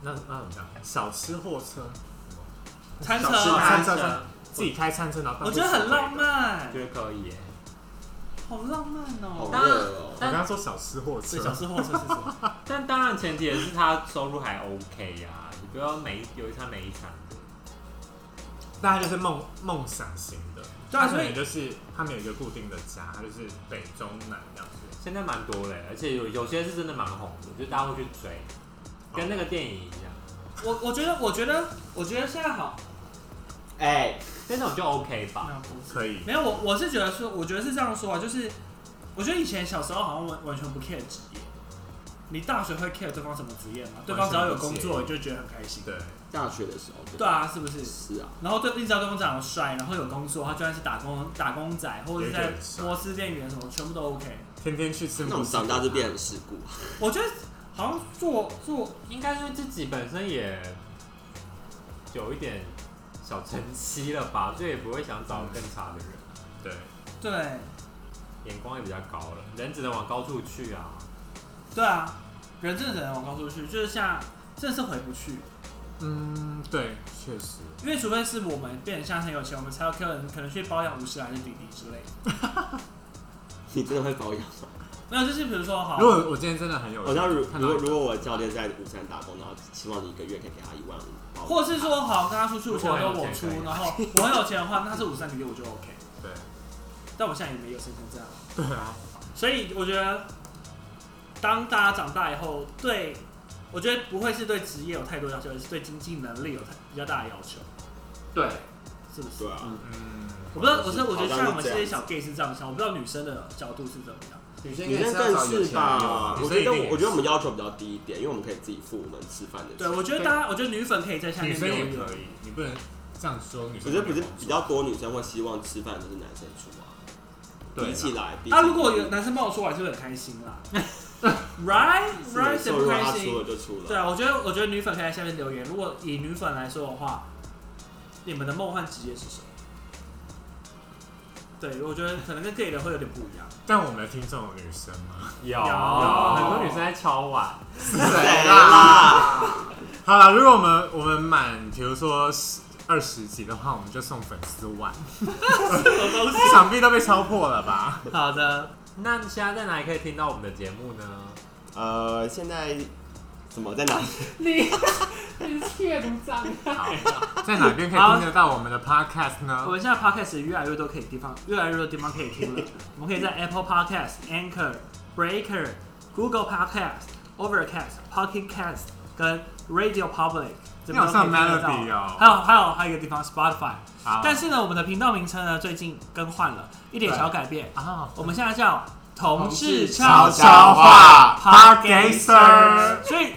[SPEAKER 4] 那那怎么讲？小吃货车
[SPEAKER 1] 餐车，
[SPEAKER 3] 小吃
[SPEAKER 4] 摊
[SPEAKER 1] 餐
[SPEAKER 4] 车自己开餐车，然后
[SPEAKER 1] 我觉得很浪。漫，
[SPEAKER 2] 觉得可以耶。
[SPEAKER 1] 好浪漫
[SPEAKER 3] 好
[SPEAKER 1] 哦。
[SPEAKER 3] 热哦、
[SPEAKER 4] 我刚刚说小吃货车
[SPEAKER 1] 对，，小时候是是 是，
[SPEAKER 2] 但当然前提也是他收入还 OK 呀、你不要每有一餐没一餐的。
[SPEAKER 4] 大概就是梦梦想型的。
[SPEAKER 1] 对啊
[SPEAKER 4] 他可
[SPEAKER 1] 所以
[SPEAKER 4] 能就是他们有一个固定的家，他就是北中南这样子。
[SPEAKER 2] 现在蛮多嘞，而且有有些是真的蛮红的，就大家会去追，跟那个电影一样。
[SPEAKER 1] 我我觉得我觉得我觉得现在好，
[SPEAKER 3] 哎、
[SPEAKER 2] 但那种就 OK 吧
[SPEAKER 1] 没。有不是
[SPEAKER 4] 可以，
[SPEAKER 1] 没有我我是觉得说，我觉得是这样说啊，就是我觉得以前小时候好像完完全不 care 职业，你大学会 care 对方什么职业吗？对方只要有工作，
[SPEAKER 4] 完
[SPEAKER 1] 你就觉得很开心。
[SPEAKER 4] 对，
[SPEAKER 3] 大学的时候，
[SPEAKER 1] 对啊，是不是？
[SPEAKER 3] 是啊，
[SPEAKER 1] 然后对，一直到对方长得帅，然后有工作，他就算是打工打工仔，或者是
[SPEAKER 4] 也
[SPEAKER 1] 在
[SPEAKER 4] 很帅
[SPEAKER 1] 摩斯店员什么，全部都 OK。
[SPEAKER 4] 天天去吃。
[SPEAKER 3] 那我们长大就变成世故，
[SPEAKER 1] 我觉得好像做做
[SPEAKER 2] 应该是自己本身也有一点小成绩了吧，所以也不会想找更差的人，
[SPEAKER 4] 对，
[SPEAKER 1] 对
[SPEAKER 2] 眼光也比较高了，人只能往高处去啊。
[SPEAKER 1] 对啊，人真的只能往高处去，就是像真的是回不去，
[SPEAKER 4] 嗯，对，确实。
[SPEAKER 1] 因为除非是我们变得像很有钱，我们才有可能可能去包养五十来的弟弟之类的。
[SPEAKER 3] 你真的会保养吗？
[SPEAKER 1] 没有，就是比如说好
[SPEAKER 4] 如，果我今天真的很有
[SPEAKER 3] 好像如
[SPEAKER 4] 看到
[SPEAKER 3] 如果如果我教练在武山打工，然后希望你一个月可以给他一万五，包
[SPEAKER 1] 或者是说好跟他出去，我钱都
[SPEAKER 2] 如果很
[SPEAKER 1] 我
[SPEAKER 2] 有
[SPEAKER 1] 出
[SPEAKER 2] 钱可，以
[SPEAKER 1] 然后我很有钱的话，那他是五十三弟弟我就 OK，
[SPEAKER 4] 对
[SPEAKER 1] 但我现在也没有钱成这样，
[SPEAKER 4] 对啊，
[SPEAKER 1] 所以我觉得当大家长大以后，对我觉得不会是对职业有太多要求，而是对经济能力有太比较大的要求，
[SPEAKER 5] 对，
[SPEAKER 1] 是不是？
[SPEAKER 3] 对啊，
[SPEAKER 4] 嗯，
[SPEAKER 1] 我不知道，我是我觉得
[SPEAKER 3] 好像是
[SPEAKER 1] 像我们这
[SPEAKER 3] 这样
[SPEAKER 1] 些小 gay 是这样想，我不知道女生的角度是怎么样。
[SPEAKER 5] 女生
[SPEAKER 3] 女
[SPEAKER 5] 应该
[SPEAKER 3] 生
[SPEAKER 5] 要找有
[SPEAKER 3] 更是
[SPEAKER 5] 钱人
[SPEAKER 1] 啊
[SPEAKER 3] 吧？
[SPEAKER 4] 女
[SPEAKER 3] 我
[SPEAKER 4] 生一定
[SPEAKER 3] 觉得
[SPEAKER 4] 也是
[SPEAKER 3] 我我觉得我们要求比较低一点，因为我们可以自己付我们吃饭的
[SPEAKER 1] 对，
[SPEAKER 3] 钱。
[SPEAKER 1] 我觉得大家，我觉得女粉可以在下
[SPEAKER 4] 女
[SPEAKER 1] 面
[SPEAKER 4] 生
[SPEAKER 1] 留
[SPEAKER 4] 也
[SPEAKER 1] 言。
[SPEAKER 4] 可以，你不能这样说女
[SPEAKER 3] 我
[SPEAKER 4] 生。
[SPEAKER 3] 觉得比较比较多女生会希望吃饭都是男生出啊，比起来，比起
[SPEAKER 1] 啊，如果有男生帮我说，我还是会很开心啦。right
[SPEAKER 3] 是
[SPEAKER 1] right，谁
[SPEAKER 3] 瘦
[SPEAKER 1] 不
[SPEAKER 3] 如果
[SPEAKER 1] 开
[SPEAKER 3] 他出
[SPEAKER 1] 心
[SPEAKER 3] 了？就出
[SPEAKER 1] 对
[SPEAKER 3] 了，
[SPEAKER 1] 啊，我觉得我觉得女粉可以在下面留言。如果以女粉来说的话，你们的梦幻职业是什么？对，我觉得可能跟 gay 的会有点不 一样。
[SPEAKER 4] 但我们的听众有女生吗？啊
[SPEAKER 2] 有
[SPEAKER 1] 有
[SPEAKER 2] 很多女生在敲碗，
[SPEAKER 3] 谁啦？
[SPEAKER 4] 好了，如果我们我们满，比如说十二十集的话，我们就送粉丝碗， 想必都被敲破了吧？
[SPEAKER 1] 好的，
[SPEAKER 2] 那现在在哪里可以听到我们的节目呢？
[SPEAKER 3] 呃，现在怎么在哪里？
[SPEAKER 1] 你你是阅读障
[SPEAKER 4] 好，在哪边可以听得到我们的 podcast
[SPEAKER 1] 我
[SPEAKER 4] 呢？
[SPEAKER 1] 们现在 podcast 越来越多可以地方，越来越多地方可以听了。我们可以在 Apple Podcast、Anchor、Breaker、Google Podcast、Overcast、Pocket Cast 跟 Radio Public 这边都可以听
[SPEAKER 4] 那好
[SPEAKER 1] 得
[SPEAKER 4] 像 Melody
[SPEAKER 1] 到
[SPEAKER 4] 哦。啊
[SPEAKER 1] 还有还有还有一个地方 Spotify，
[SPEAKER 4] 好，
[SPEAKER 1] 但是呢，我们的频道名称呢最近更换了一点小改变，
[SPEAKER 4] 啊，
[SPEAKER 1] 我们现在叫同志悄
[SPEAKER 3] 悄悄话
[SPEAKER 4] Podcaster，
[SPEAKER 1] 所以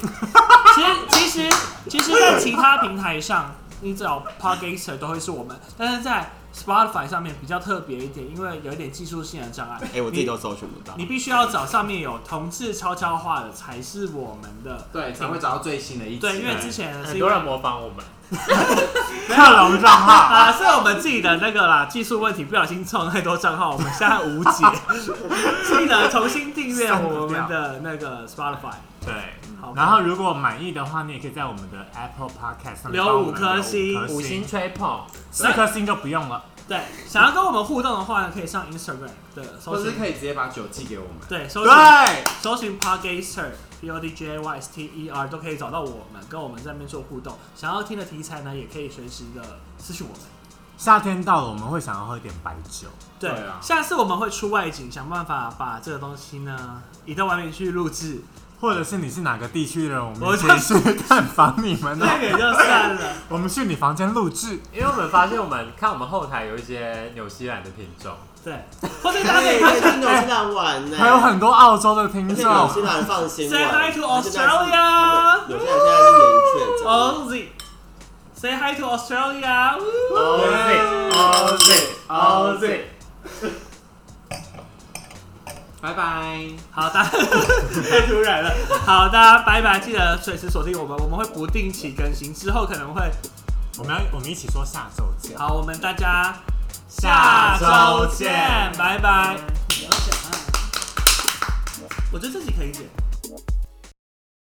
[SPEAKER 1] 其实其实其实，在其他平台上，你找 Podcaster 都会是我们，但是在 Spotify 上面比较特别一点，因为有一点技术性的障碍。
[SPEAKER 3] 哎，我自己都搜寻不到
[SPEAKER 1] 你。必须要找上面有同志悄悄话的才是我们的。
[SPEAKER 5] 对，才会找到最新的一集。
[SPEAKER 1] 对，因为之前是
[SPEAKER 2] 很
[SPEAKER 1] 因为
[SPEAKER 2] 多人模仿我们，
[SPEAKER 4] 克隆账号，
[SPEAKER 1] 啊，是我们自己的那个啦，技术问题，不小心创太多账号，我们现在无 解。记得重新订阅我们的那个 Spotify，
[SPEAKER 4] 对。
[SPEAKER 1] 好，
[SPEAKER 4] 然后如果满意的话，你也可以在我们的 Apple Podcast 上面
[SPEAKER 1] 留
[SPEAKER 4] 帮我们
[SPEAKER 1] 五颗星
[SPEAKER 4] 留
[SPEAKER 2] 五星，吹捧，
[SPEAKER 4] 四颗星就不用了。
[SPEAKER 1] 对，想要跟我们互动的话呢，可以上 Instagram 的
[SPEAKER 5] 或
[SPEAKER 1] 搜
[SPEAKER 5] 者是
[SPEAKER 1] 寻，
[SPEAKER 5] 可以直啊接把酒寄给我们。
[SPEAKER 1] 对，搜寻
[SPEAKER 4] 对，
[SPEAKER 1] 搜寻 Podgaster P O D J Y S T E R 都可以找到我们，跟我们在那边做互动。想要听的题材呢，也可以随时的私讯我们。
[SPEAKER 4] 夏天到了，我们会想要喝一点白酒。
[SPEAKER 1] 对，
[SPEAKER 5] 对啊
[SPEAKER 1] 下次我们会出外景，想办法把这个东西呢移到外面去录制，
[SPEAKER 4] 或者是你是哪个地区的人，我们
[SPEAKER 1] 我
[SPEAKER 4] 一起去探访你们呢、哦
[SPEAKER 1] 那个就算 了。
[SPEAKER 4] 我们去你房间录制，
[SPEAKER 2] 因为我们发现我们看我们后台有一些纽西兰的品种，
[SPEAKER 1] 对，或者大家可
[SPEAKER 3] 对，
[SPEAKER 1] 以
[SPEAKER 5] 哎
[SPEAKER 3] 可以去纽西兰玩呢，
[SPEAKER 4] 还有很多澳洲的听
[SPEAKER 3] 而且
[SPEAKER 4] 众。
[SPEAKER 3] 纽西兰放心
[SPEAKER 1] Say
[SPEAKER 3] 玩
[SPEAKER 1] hi to
[SPEAKER 3] 而且大家
[SPEAKER 1] Australia
[SPEAKER 3] 是
[SPEAKER 1] 哦
[SPEAKER 3] 纽西兰现在是零确诊。
[SPEAKER 1] Aussie。Say hi to Australia！呜
[SPEAKER 5] 哦 Aussie，Aussie，Aussie，拜拜。
[SPEAKER 1] 好，大家 太突然了。好，大家拜拜，记得随时锁定我们，我们会不定期更新，之后可能会。
[SPEAKER 4] 我们要我们一起说下周见。
[SPEAKER 1] 好，我们大家下周见，拜拜。我觉得这集可以剪。